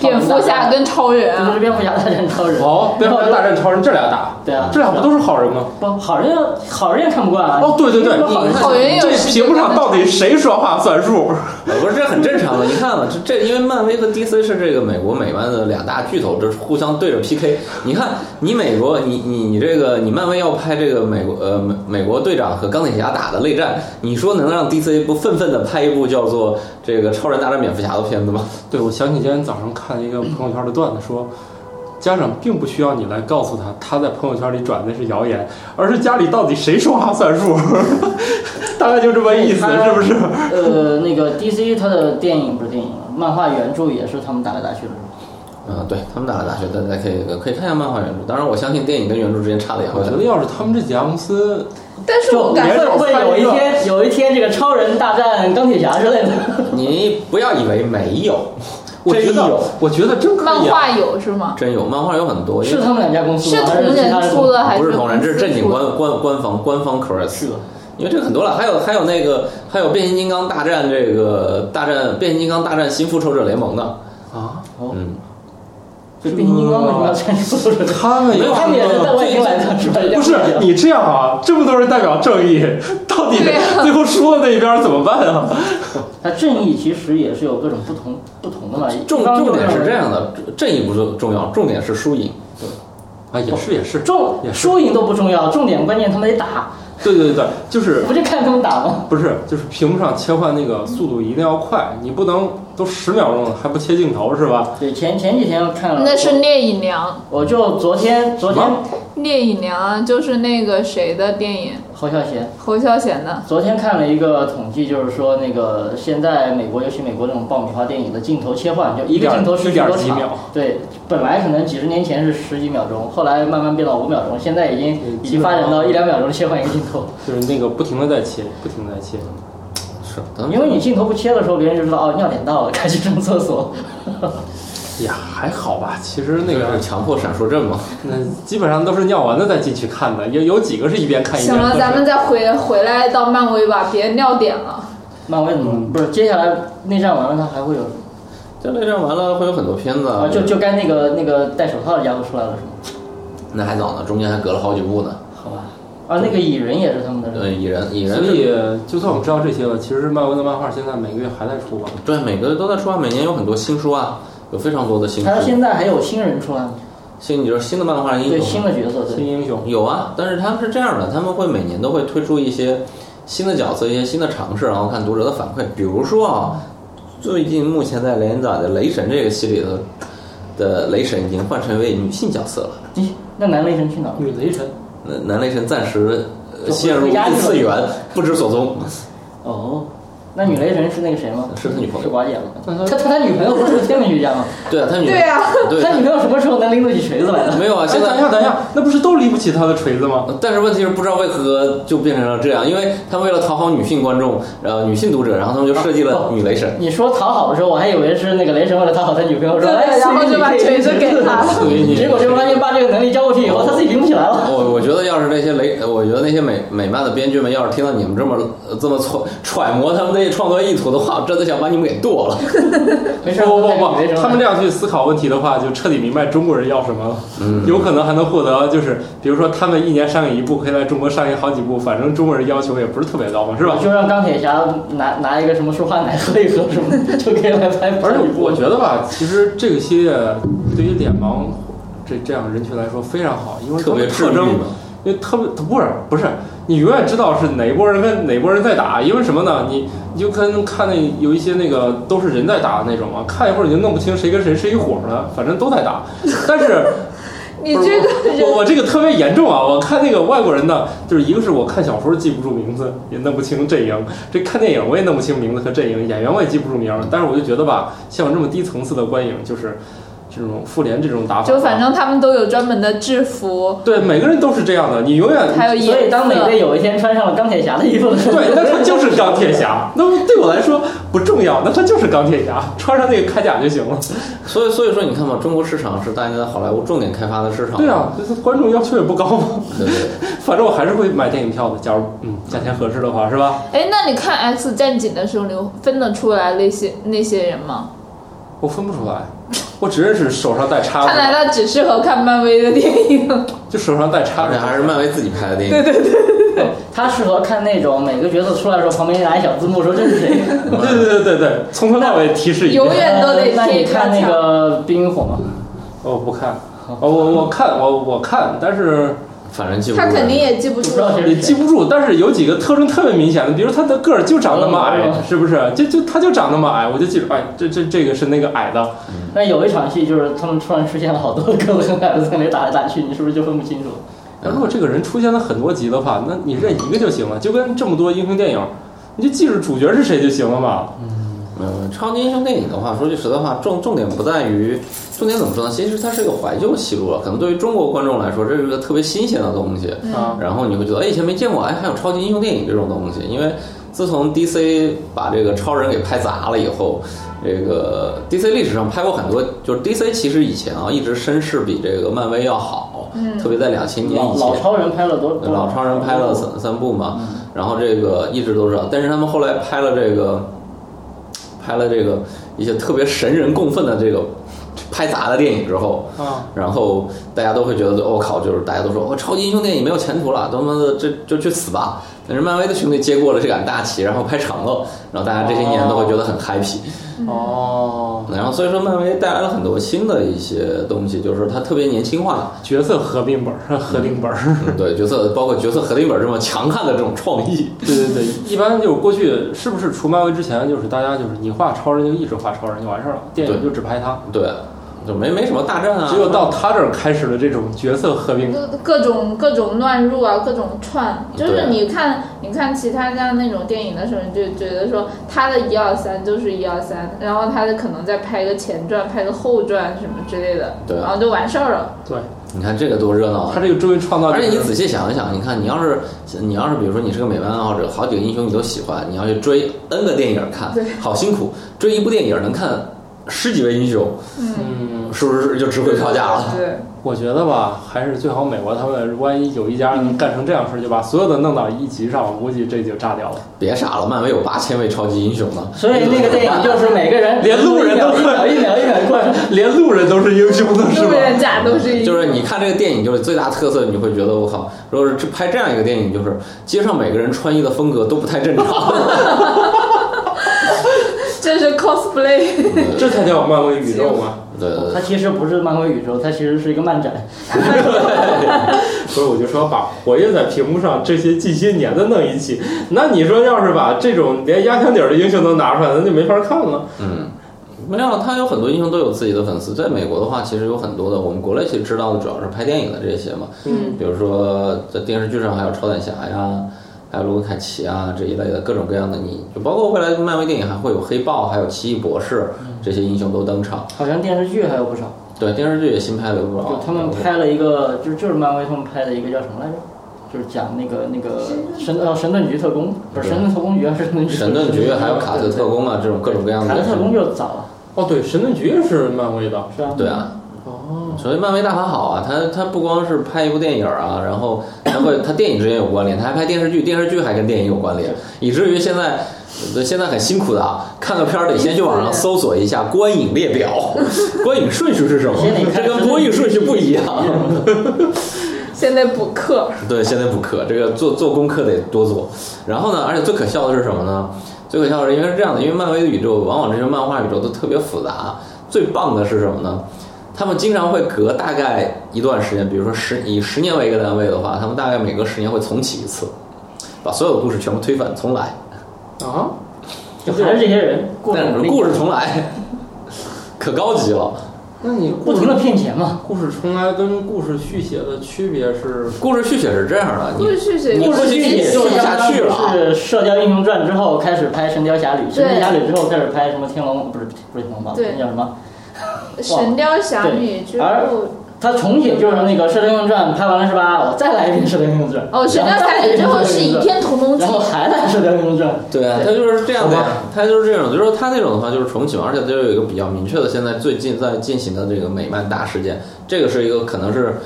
蝙蝠侠跟超人
对就
啊，
是蝙蝠侠大战超人。
哦，蝙蝠侠大战超人这俩打，
对啊
这俩不都是好人吗？
不好人要好人也看不惯啊。
哦，对对对，
你
你
好人也有
这屏幕上到底谁说话算数？
呃不是，这很正常的。你看嘛，这这因为漫威和 DC 是这个美国美漫的两大巨头，这是互相对着 PK。你看，你美国，你你你这个，你漫威要拍这个美国呃美美国队长和钢铁侠打的内战，你说能让 DC 不愤愤的拍一部叫做这个超人大战蝙蝠侠的片子吗？ *laughs*
对，我想起今天早上看一个朋友圈的段子说。家长并不需要你来告诉他，他在朋友圈里转的是谣言，而是家里到底谁说话算数， *laughs* 大概就这么意思，
对他
是不是？
呃，那个 DC 它的电影不是电影，漫画原著也是他们打来打去的。
啊、对他们打了大学，大家可以可以看一下漫画原著。当然，我相信电影跟原著之间差的也会
我觉
很
得要是他们这几家公司，
但是我感
别
觉
人
会不会有一天有一天这个超人大战钢铁侠之类的？
你不要以为没有，
我觉
真有
得，我觉得真可
漫
以、啊。
画有是吗？
真有漫画有很多，因为
*laughs* 是他们两家公司
是
吗？还
同
是其他
人
的
出
公司？
的还
不
是
是同人，这是正经
公司出的
官官官方官方 cos，
是吧？
因为这个很多了，还有还有那个还有变形金刚大战这个大战变形金刚大战新复仇者联盟呢，
啊，
哦，
嗯，
这变形金刚为什么要参与复仇者？
他们有
没有，他们也是在外星来的，是吧？
不是你这样啊，这么多人代表正义，到底
对啊呀
最后输了那一边怎么办啊？ *laughs*
它正义其实也是有各种不同不同的嘛。
重
一方面
重点是这样的，正义不是重要，重点是输赢，
啊，也是也是，
重
也是
输赢都不重要，重点关键他们得打，
对对对，就是
不就看他们打吗？
不是就是屏幕上切换那个速度一定要快，你不能都十秒钟了还不切镜头是吧？
对，前前几天看了，
那是聂隐娘，
我就昨天昨天
什么
聂隐娘啊就是那个谁的电影，
侯孝贤。
侯孝贤的。
昨天看了一个统计，就是说那个现在美国，尤其美国那种爆米花电影的镜头切换，就一个
点
镜头是
一点几秒，
对，本来可能几十年前是十几秒钟，后来慢慢变到五秒钟，现在已经
嗯
已经发展到一两秒钟切换一个镜头。
就是那个不停的在切，不停的在切。
是咱们
因为你镜头不切的时候，别人就知道哦尿点到了，该去上厕所。
哎呀，还好吧，其实那
那
个
个是强迫闪烁症嘛，
那基本上都是尿完了再进去看的，有有几个是一边看一
行
边喝
了，
水。
咱们再回回来到漫威吧，别尿点了。
漫威怎么不是？接下来内战完了，他还会有
这内战完了会有很多片子
啊？就就该那个那个戴手套的家伙出来了是吗？
那还早呢，中间还隔了好几部呢，
好吧，啊，那个蚁人也是他们的人。
呃，蚁人蚁
所
人
以，就算我们知道这些了，其实漫威的漫画现在每个月还在出吧？
对每个都在出啊，每年有很多新书啊，有非常多的新书
他，现在还有新人出来吗？
新你说新的漫画英
对，
雄
新的角色，对
新。英雄
有啊，但是他们是这样的，他们会每年都会推出一些新的角色、一些新的尝试，然后看读者的反馈。比如说啊，最近目前在连载的《雷神》这个系列的的雷神已经换成一位女性角色了。
咦，那男雷神去哪儿了？
女雷神，
那男雷神暂时呃
就回
陷入
回家去
异
了
次元，不知所踪。
哦，那女雷神是那个谁吗？
是他女朋友
是寡姐吗？
那
他
他
他他女朋友不是天文学家吗？
对啊，他女
嗯
对啊，
对
他女朋友什么时候能拎得起锤子来的？
没有啊，
哎，
现在
等一下，等一下，那不是都离不起他的锤子吗？
但是问题是，不知道为何就变成了这样，因为他们为了讨好女性观众，呃，女性读者，然后他们就设计了
哦
女雷神。
你说讨好的时候，我还以为是那个雷神为了讨好他女朋友说，
对
哎，
然后
随意
就把
你可以
锤子
拎
给他。
随你
结果就发现把这个能哦力交过去以后，他自己拎不起来了。
我我觉得要是那些雷，我觉得那些美美漫的编剧们，要是听到你们这么呃这么揣揣摩他们这些创作意图的话，我真的想把你们给剁
*laughs*
了。
没事，
不不
我带
不
个女雷
不，
神
他们
来
这样去思考问题的话，就彻底明白中国人要什么了。
嗯
有可能还能获得，就是比如说他们一年上映一部，可以来中国上映好几部，反正中国人要求也不是特别高嘛，是吧？
就让钢铁侠拿拿一个什么舒化奶喝一喝什么的，就可以来拍。
而且我觉得吧，其实这个系列对于脸盲这这样人群来说非常好，因为
特别
它的特
治愈
征
嘛，
因为特别它不是不是，你永远知道是哪波人跟哪波人在打，因为什么呢？你你就跟看那有一些那个都是人在打的那种嘛，看一会儿你就弄不清谁跟谁是一伙儿的，反正都在打。但是
你
不是
这个
我
人
我这个特别严重啊！我看那个外国人呢，就是一个是我看小说记不住名字，也弄不清阵营；这看电影我也弄不清名字和阵营，演员我也记不住名儿。但是我就觉得吧，像我这么低层次的观影，就是这种复联这种打法。
就反正他们都有专门的制服，
对每个人都是这样的，你永远
还有
所以
颜
当美
色。
队有一天穿上了钢铁侠的衣服的时候，
对，那他就是钢铁侠。那么对我来说不重要，那他就是钢铁侠，穿上那个铠甲就行了。
所以所以说你看嘛，中国市场是大家好莱坞重点开发的市场，
对啊，就是观众要求也不高嘛。
对不对？
反正我还是会买电影票的，假如嗯价钱合适的话，是吧？
哎，那你看《X 战警》的时候，你分得出来那些那些人吗？
我分不出来，我只认识手上带叉
看来
子，
他只适合看漫威的电影。
就手上带叉
而
子，
且还是漫威自己拍的电影，
*laughs* 他适合看那种每个角色出来的时候旁边拿一小字幕说这是 *laughs* 谁。
对对对对对，从头到尾提示一遍
永。远都得
呃那
贴
你
一张
看那
墙
个《冰与火》吗？
哦，不看，哦我我看我我看，但是
反正记不
他
住。
肯定也记不
不
住
知。道谁
也
是
记
谁。
不住。但是有几个特征特别明显的，比如他的个儿就长那么矮
嗯，
哦
嗯
是不是？就就他就长那么矮，我就记住，哎，这这这个是那个矮
嗯
的。
那有一场戏就是他们突然出现了好多个子很矮的在那里打来打去，你是不是就分不清楚？
那如果这个人出现了很多集的话，那你认一个就行了，就跟这么多英雄电影，你就记住主角是谁就行了嘛。
嗯，超级英雄电影的话，说句实在话，重重点不在于，重点怎么说呢？其实它是一个怀旧戏路了，可能对于中国观众来说，这是一个特别新鲜的东西。
嗯
嗯
啊，
然后你会觉得，哎，以前没见过，哎，还有超级英雄电影这种东西。因为自从 DC 把这个超人给拍砸了以后，这个 DC 历史上拍过很多，就是 DC 其实以前啊一直身世比这个漫威要好，特别在两千年
老
以前，
老超人拍了多多
嗯
老超人拍了三三部嘛，然后这个一直都知道，但是他们后来拍了这个，拍了这个一些特别神人共愤的这个拍砸的电影之后，
啊，
然后大家都会觉得，我、靠，就是大家都说，哦，超级英雄电影没有前途了，他妈的这就去死吧！但是漫威的兄弟接过了这杆大旗，然后拍长了，然后大家这些年都会觉得很 happy。
哦，
然后所以说，漫威带来了很多新的一些东西，就是它特别年轻化。
角色合并本儿，合并本儿。
嗯 *laughs* 对角色，包括角色合并本这么强悍的这种创意，
对对对，一般就是过去是不是除漫威之前，就是大家就是你画超人就一直画超人就完事儿了，电影
对
就只拍他。
对，就没没什么大战啊，
只有到他这儿开始了这种角色合并，
各各种各种乱入啊，各种串，就是
对
你看你看其他家那种电影的时候，你就觉得说他的一二三就是一二三，然后他的可能再拍个前传、拍个后传什么之类的，
对
然后就完事儿了。
对
你看这个多热闹啊
他！这个终于创造。
而且你仔细想一想，你看你要是你要是比如说你是个美漫爱好者，好几个英雄你都喜欢，你要去追 N 个电影看
对，
好辛苦，追一部电影能看十几位英雄，
嗯，
嗯，
是不是就值回票价了？
对，
我觉得吧，还是最好美国他们万一有一家能干成这样事儿，就把所有的弄到一级上，我估计这就炸掉了。
别傻了，漫威有八千位超级英雄呢，
所以那个电影就是每
*laughs*
个人
连路人都
一秒一秒一秒一秒过来。
连路人都是英雄的
路人甲都是一，
就是你看这个电影，就是最大特色，你会觉得我靠，如果是拍这样一个电影，就是街上每个人穿衣的风格都不太正
*laughs*
常。
这是 cosplay，
*laughs* 这才叫漫威宇宙嘛！
对对对
*laughs* 它。其实不是漫威宇宙，它其实是一个漫展。
所以我就说，把活跃在屏幕上这些近些年的弄一起，那你说要是把这种连压箱底儿的英雄都拿出来，那就没法看了。
嗯，没有，他有很多英雄都有自己的粉丝。在美国的话，其实有很多的，我们国内其实知道的主要是拍电影的这些嘛，
嗯，
比如说在电视剧上还有超胆侠呀，还有卢凯奇啊这一类的各种各样的你，就包括未来漫威电影还会有黑豹，还有奇异博士
嗯
这些英雄都登场。
好像电视剧还有不少，
对，电视剧也新拍了不
就
少，
他们拍了一个，就是就是漫威他们拍的一个叫什么来着？就是讲那个那个神呃神盾局特工，不是
对
神盾特工局，还是神盾局特
神
工。
盾局还有卡特特工啊，这种各种各样的
卡
英
特特工
雄。
就早了，
哦，对，神盾局是漫威的，
是吧？
对啊，
哦，
所以漫威大法好啊，它它不光是拍一部电影啊，然后它会它电影之间有关联，它还拍电视剧，电视剧还跟电影有关联，以至于现在呃现在很辛苦的啊，看个片儿得先去网上搜索一下观影列表，
*laughs*
观影顺序是什么
先得？看
这跟播映顺序不一样。
现在补课，
对，现在补课，这个做做功课得多做。然后呢，而且最可笑的是什么呢？最可笑的是，因为是这样的，因为漫威的宇宙往往这些漫画宇宙都特别复杂。最棒的是什么呢？他们经常会隔大概一段时间，比如说十以十年为一个单位的话，他们大概每隔十年会重启一次，把所有的故事全部推翻重来，
啊，
就还是这些人，故事
但是故事重来，可高级了。
那你
不停的骗钱嘛。
故事重来跟故事续写的区别是，
故事续写是这样的，你
故事谁？
你
故
不
事
信
剧
也
就
续不下去了啊
是《射雕英雄传》之后开始拍《神雕侠侣》，《神雕侠侣》之后开始拍什么《天龙》，不是不是《天龙八部》，
对
那叫什么？
《神雕侠侣》之
而
后，
它重写就是那个《射雕英雄传》拍完了是吧？我再来一遍《射雕英雄传》，
哦，《神雕侠侣》之后是《倚天屠龙记
然》后还来《射雕英雄传》。
对啊，他就是这样的呀，他就是这种，就是说他那种的话就是重启嘛，而且它有一个比较明确的，现在最近在进行的这个美漫大事件，这个是一个可能是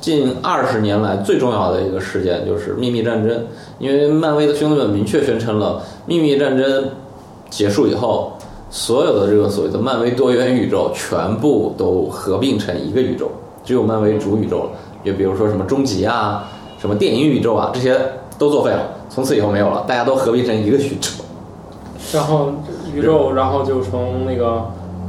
近二十年来最重要的一个事件，就是秘密战争，因为漫威的兄弟们明确宣称了秘密战争结束以后，所有的这个所谓的漫威多元宇宙全部都合并成一个宇宙，只有漫威主宇宙了，就比如说什么终极啊，什么电影宇宙啊，这些都作废了，从此以后没有了，大家都合并成一个宇宙。
然后宇宙，然后就从那个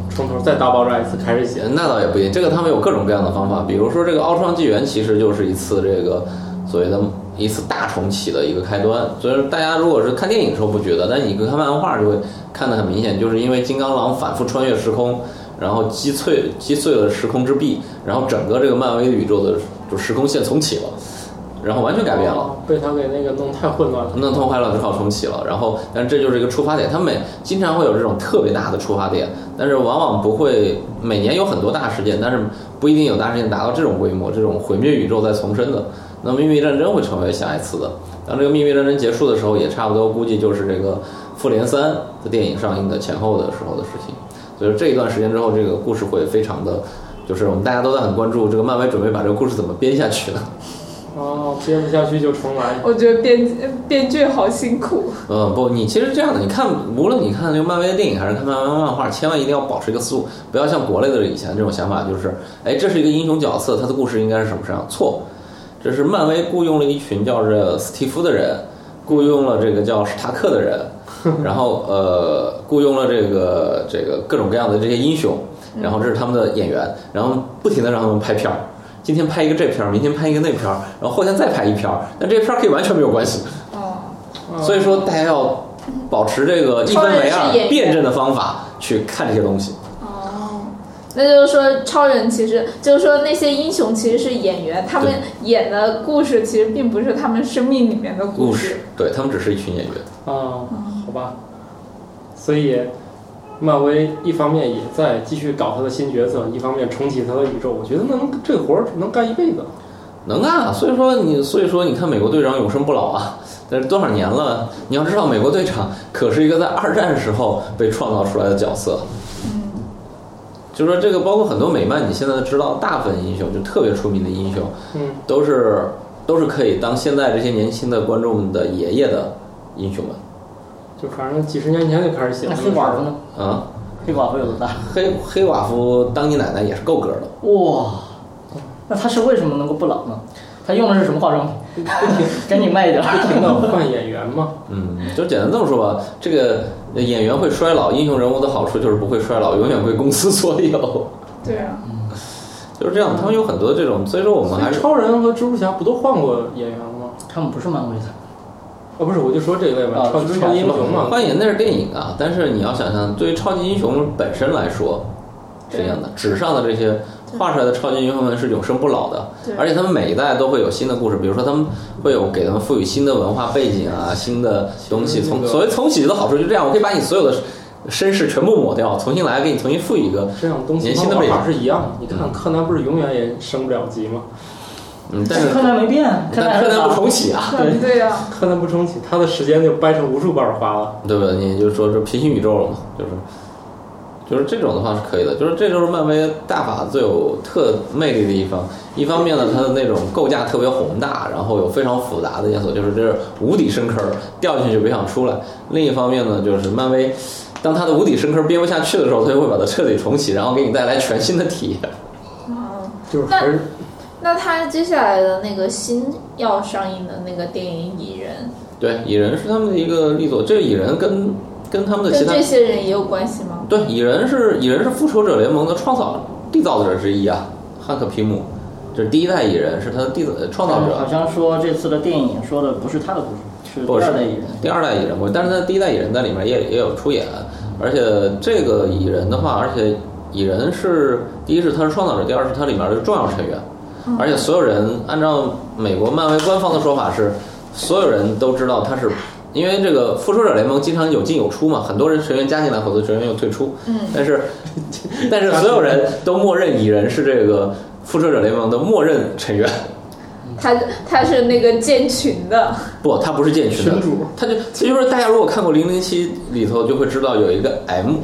从头再大爆炸一次开始写。
那倒也不一定，这个他们有各种各样的方法，比如说这个奥创纪元其实就是一次这个所谓的一次大重启的一个开端。所以说大家如果是看电影的时候不觉得，但你看漫画就会看得很明显，就是因为金刚狼反复穿越时空，然后击碎击碎了时空之壁，然后整个这个漫威宇宙的就时空线重启了，然后完全改
*laughs*
变了。
哦被他给那个弄太混乱了。
弄痛坏了只好重启了。然后，但这就是一个触发点，他们经常会有这种特别大的触发点，但是往往不会每年有很多大事件，但是不一定有大事件达到这种规模，这种毁灭宇宙再重生的。那秘密战争会成为下一次的。当这个秘密战争结束的时候，也差不多估计就是这个《复联三》的电影上映的前后的时候的事情。所以说这一段时间之后，这个故事会非常的，就是我们大家都在很关注这个漫威准备把这个故事怎么编下去呢？
哦，编不下去就重来。
我觉得编编剧好辛苦。
嗯，不，你其实这样的，你看，无论你看这个漫威的电影还是看漫威漫画，千万一定要保持一个思路，不要像国内的以前这种想法，就是，哎，这是一个英雄角色，他的故事应该是什么什么样？错，这是漫威雇佣了一群叫这斯蒂夫的人，雇佣了这个叫史塔克的人，然后呃，雇佣了这个这个各种各样的这些英雄，然后这是他们的演员，然后不停的让他们拍片儿。今天拍一个这片儿，明天拍一个那片儿，然后后天再拍一片儿，但这片儿可以完全没有关系，
哦，
所以说大家要保持这个一分
超
为
人
二
是演员
辩证的方法去看这些东西。
哦，那就是说，超人其实就是说那些英雄其实是演员，他们演的故事其实并不是他们生命里面的
故
故嗯
事，对他们只是一群演员。
啊，好吧。所以，漫威一方面也在继续搞他的新角色，一方面重启他的宇宙。我觉得能这活儿能干一辈子。
能啊，所以说你，所以说你看美国队长永生不老啊，但是多少年了？你要知道，美国队长可是一个在二战时候被创造出来的角色。
嗯
就说这个，包括很多美漫，你现在知道大部分英雄，就特别出名的英雄，
嗯，
都是都是可以当现在这些年轻的观众的爷爷的英雄们
就反正几十年前就开始写
那
了。
黑寡妇呢？
啊。
黑寡妇有多大？
黑黑寡妇当你奶奶也是够格的，
哇，那她是为什么能够不老呢？她用的是什么化妆品？ *laughs* 赶紧卖一点儿。
听到换演员嘛？
嗯，就简单这么说吧。这个演员会衰老，英雄人物的好处就是不会衰老，永远归公司所有， *laughs*
对啊，
就是这样。他们有很多这种，所以说 *coughs* 我们
所
还
以
是
超人和蜘蛛侠不都换过演员了吗？
他们不是漫威的，
哦，不是，我就说这一类吧，
啊
超
蜘蛛侠
超级英雄嘛。
幻影那是电影啊，但是你要想象，对于超级英雄本身来说是
啊
这样的，纸上的这些画出来的超级英雄们是永生不老的，
对
而且他们每一代都会有新的故事，比如说他们会有给他们赋予新的文化背景啊，新的东西。
嗯
从
那个
所谓重启的好处就这样，我可以把你所有的身世全部抹掉，重新来，给你重新赋予一个。
这样东西
年轻的嗯
方
背景
法是一样的。你看柯南不是永远也升不了级吗？
嗯，但是
柯南没变，啊柯
但
南还
柯
是
南不
他
重启啊，
对
对啊，
柯南不重启，他的时间就掰成无数瓣儿花了。
对吧？你就说这平行宇宙了嘛，就是。就是这种的话是可以的，就是这就是漫威大法最有特魅力的一方。一方面呢，它的那种构架特别宏大，然后有非常复杂的线索，就是这是无底深坑，掉进去就别想出来。另一方面呢，就是漫威，当它的无底深坑编不下去的时候，它就会把它彻底重启，然后给你带来全新的体验。
嗯，
就是还是
那他接下来的那个新要上映的那个电影《蚁人
对，蚁人是他们的一个力作，这蚁人跟跟他》，们的
跟
其他
这些人也有关系吗？
对，蚁人是蚁人是复仇者联盟的创造缔造者之一啊，汉克皮姆，这是第一代蚁人，是他的缔造创造
好
者。
像说这次的电影说的不是他的故事，是第
不是
二代蚁人。
第二代蚁人，我但是他第一代蚁人在里面也也有出演，而且这个蚁人的话，而且蚁人是第一是他是创造者，第二是他里面的重要成员，而且所有人按照美国漫威官方的说法是，所有人都知道他是因为这个复仇者联盟经常有进有出嘛，很多人成员加进来，很多成员又退出。
嗯
但是但是所有人都默认蚁人是这个复仇者联盟的默认成员，
嗯他他是那个建群的，
不，他不是建群的
群主，
他就其实就是大家如果看过《零零七》里头，就会知道有一个 M。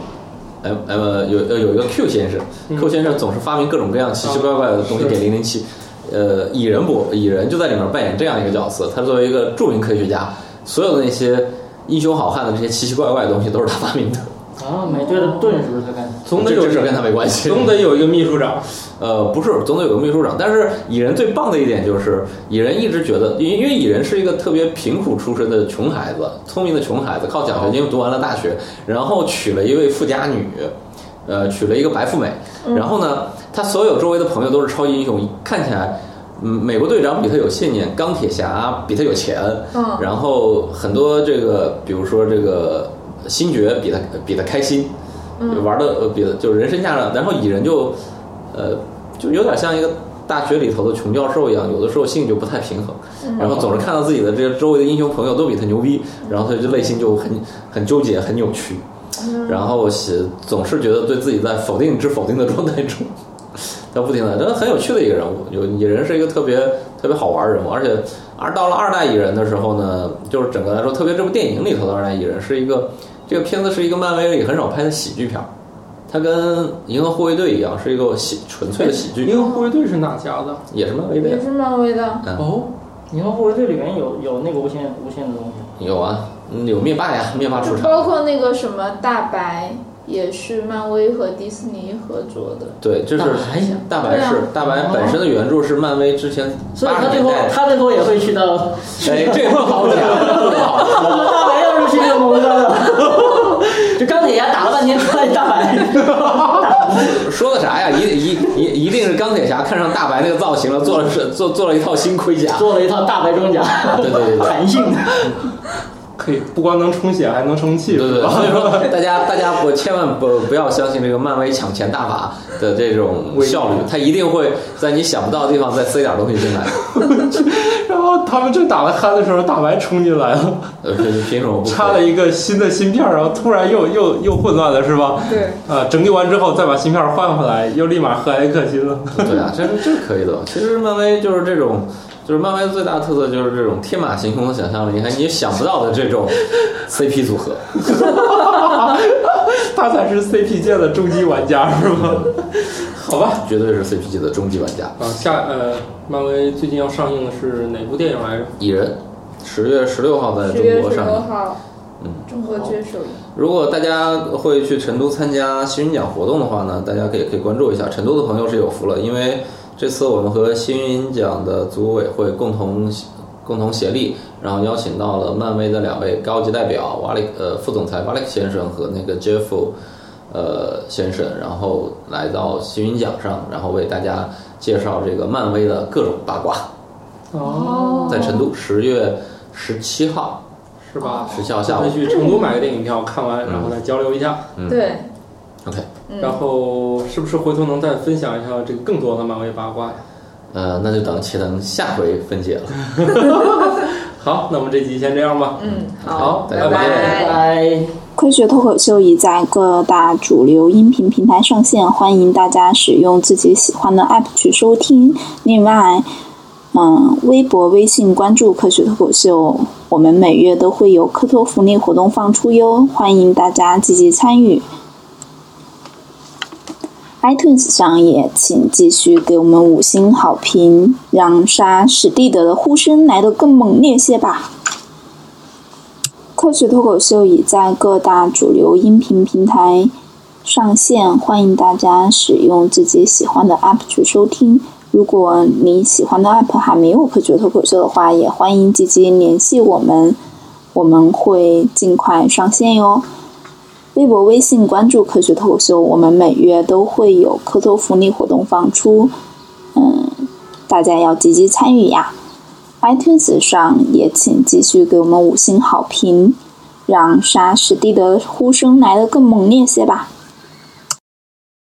M M 有呃有有一个 Q 先生、q 先生总是发明各种各样奇奇怪怪的东西
嗯是
给零零七，呃，蚁人不，蚁人就在里面扮演这样一个角色。他作为一个著名科学家，所有的那些英雄好汉的这些奇奇怪怪的东西都是他发明的，
啊，美队的盾是不是他干的？
总得
这
有
这事儿跟他没关系。
总得有一个秘书长，
呃，不是，总得有个秘书长。但是蚁人最棒的一点就是，蚁人一直觉得，因因为蚁人是一个特别贫苦出身的穷孩子，聪明的穷孩子，靠奖学金读完了大学，然后娶了一位富家女，呃，娶了一个白富美。然后呢，他所有周围的朋友都是超级英雄，看起来，嗯，美国队长比他有信念，钢铁侠比他有钱，
嗯
然后很多这个，比如说这个星爵比他比他开心，玩的呃比他就是人生价值，然后蚁人就呃就有点像一个大学里头的穷教授一样，有的时候性就不太平衡，然后总是看到自己的这些周围的英雄朋友都比他牛逼，然后他就内心就很很纠结很扭曲，然后是总是觉得对自己在否定之否定的状态中。 *laughs* 他不停的，真的很有趣的一个人物。有蚁人是一个特别特别好玩的人物，而且而到了二代蚁人的时候呢，就是整个来说，特别这部电影里头的二代蚁人是一个这个片子是一个漫威里很少拍的喜剧片儿，它跟《银河护卫队》一样，是一个喜纯粹的喜
嗯
剧，
银河护卫队是哪家的？
也是漫威的呀
也。是漫威的。
嗯，
哦，
银河护卫队里面有有那个无限无限的东西。
有啊，嗯有灭霸呀，灭霸出
就
场。
嗯
包括那个什么大白，也是漫威和迪士尼合作的。
对，就是
大白
对
大白
呀啊哦
是大白本身的原著是漫威之前
所以
八
他
十
最
年
后
代，
他最后也会去到。
哎，这 *laughs* 不好讲，不好讲。
我们大白要是去这个蒙哥 *laughs* 的，就钢铁侠打了半天出来
*laughs*
大白，
说的啥呀？一一一一定是钢铁侠看上大白那个造型了，做了是做做了一套新盔甲。
做了一套大白装甲，
对对对对
弹性的。
可以，不光能充血，还能充气，
对对
*laughs* 是
对，
吧
所以说大家大家不千万不不要相信这个漫威抢钱大法的这种效率，他一定会在你想不到的地方再塞点东西进来。
*laughs* 然后他们正打完鼾的时候，大白冲进来了，
呃，凭凭什么不可以？
插了一个新的芯片，然后突然又又又混乱了，是吧？
对，
啊，拯救完之后再把芯片换回来，又立马和蔼可亲了。 *laughs*
对啊，这是这是可以的。其实漫威就是这种，就是漫威最大的特色就是这种天马行空的想象力，你看你想不到的这
*laughs*
种 CP 组合。
他才是 CP 界的终极玩家，是吗？好吧。
绝对是 CP 界的终极玩家，
啊，下呃，漫威最近要上映的是哪部电影来着？
蚁人，十月十六号在
十
呃中
月
国
十
上
六
映。
号，
嗯
中国接手。
如果大家会去成都参加星云奖活动的话呢，大家可以可以关注一下。成都的朋友是有福了，因为这次我们和星云奖的组委会共同 *laughs* 共同协力，然后邀请到了漫威的两位高级代表瓦里呃副总裁瓦里克先生和那个 Jeff 呃先生，然后来到星云奖上，然后为大家介绍这个漫威的各种八卦。
哦
在成都十月十七号
是吧？
十七号下
下
午
回去成都买个电影票，看完然后再交流一下，
嗯
对，
，OK。
然后是不是回头能再分享一下这个更多的漫威八卦呀？
呃，那就等且等下回分解了。
好，那我们这集先这样吧。
嗯，
好
好，
拜拜
拜
拜。
科学脱口秀已在各大主流音频平台上线，欢迎大家使用自己喜欢的 app 去收听。另外，嗯，微博、微信关注科学脱口秀，我们每月都会有科托福利活动放出哟，欢迎大家积极参与。iTunes 上也请继续给我们五星好评，让杀史蒂德的呼声来得更猛烈些吧。科学脱口秀已在各大主流音频平台上线，欢迎大家使用自己喜欢的 app 去收听。如果你喜欢的 app 还没有科学脱口秀的话，也欢迎积极联系我们，我们会尽快上线哟。微博、微信关注科学脱口秀，我们每月都会有科托福利活动放出，嗯，大家要积极参与呀。iTunes 上也请继续给我们五星好评，让沙士蒂的呼声来得更猛烈些吧。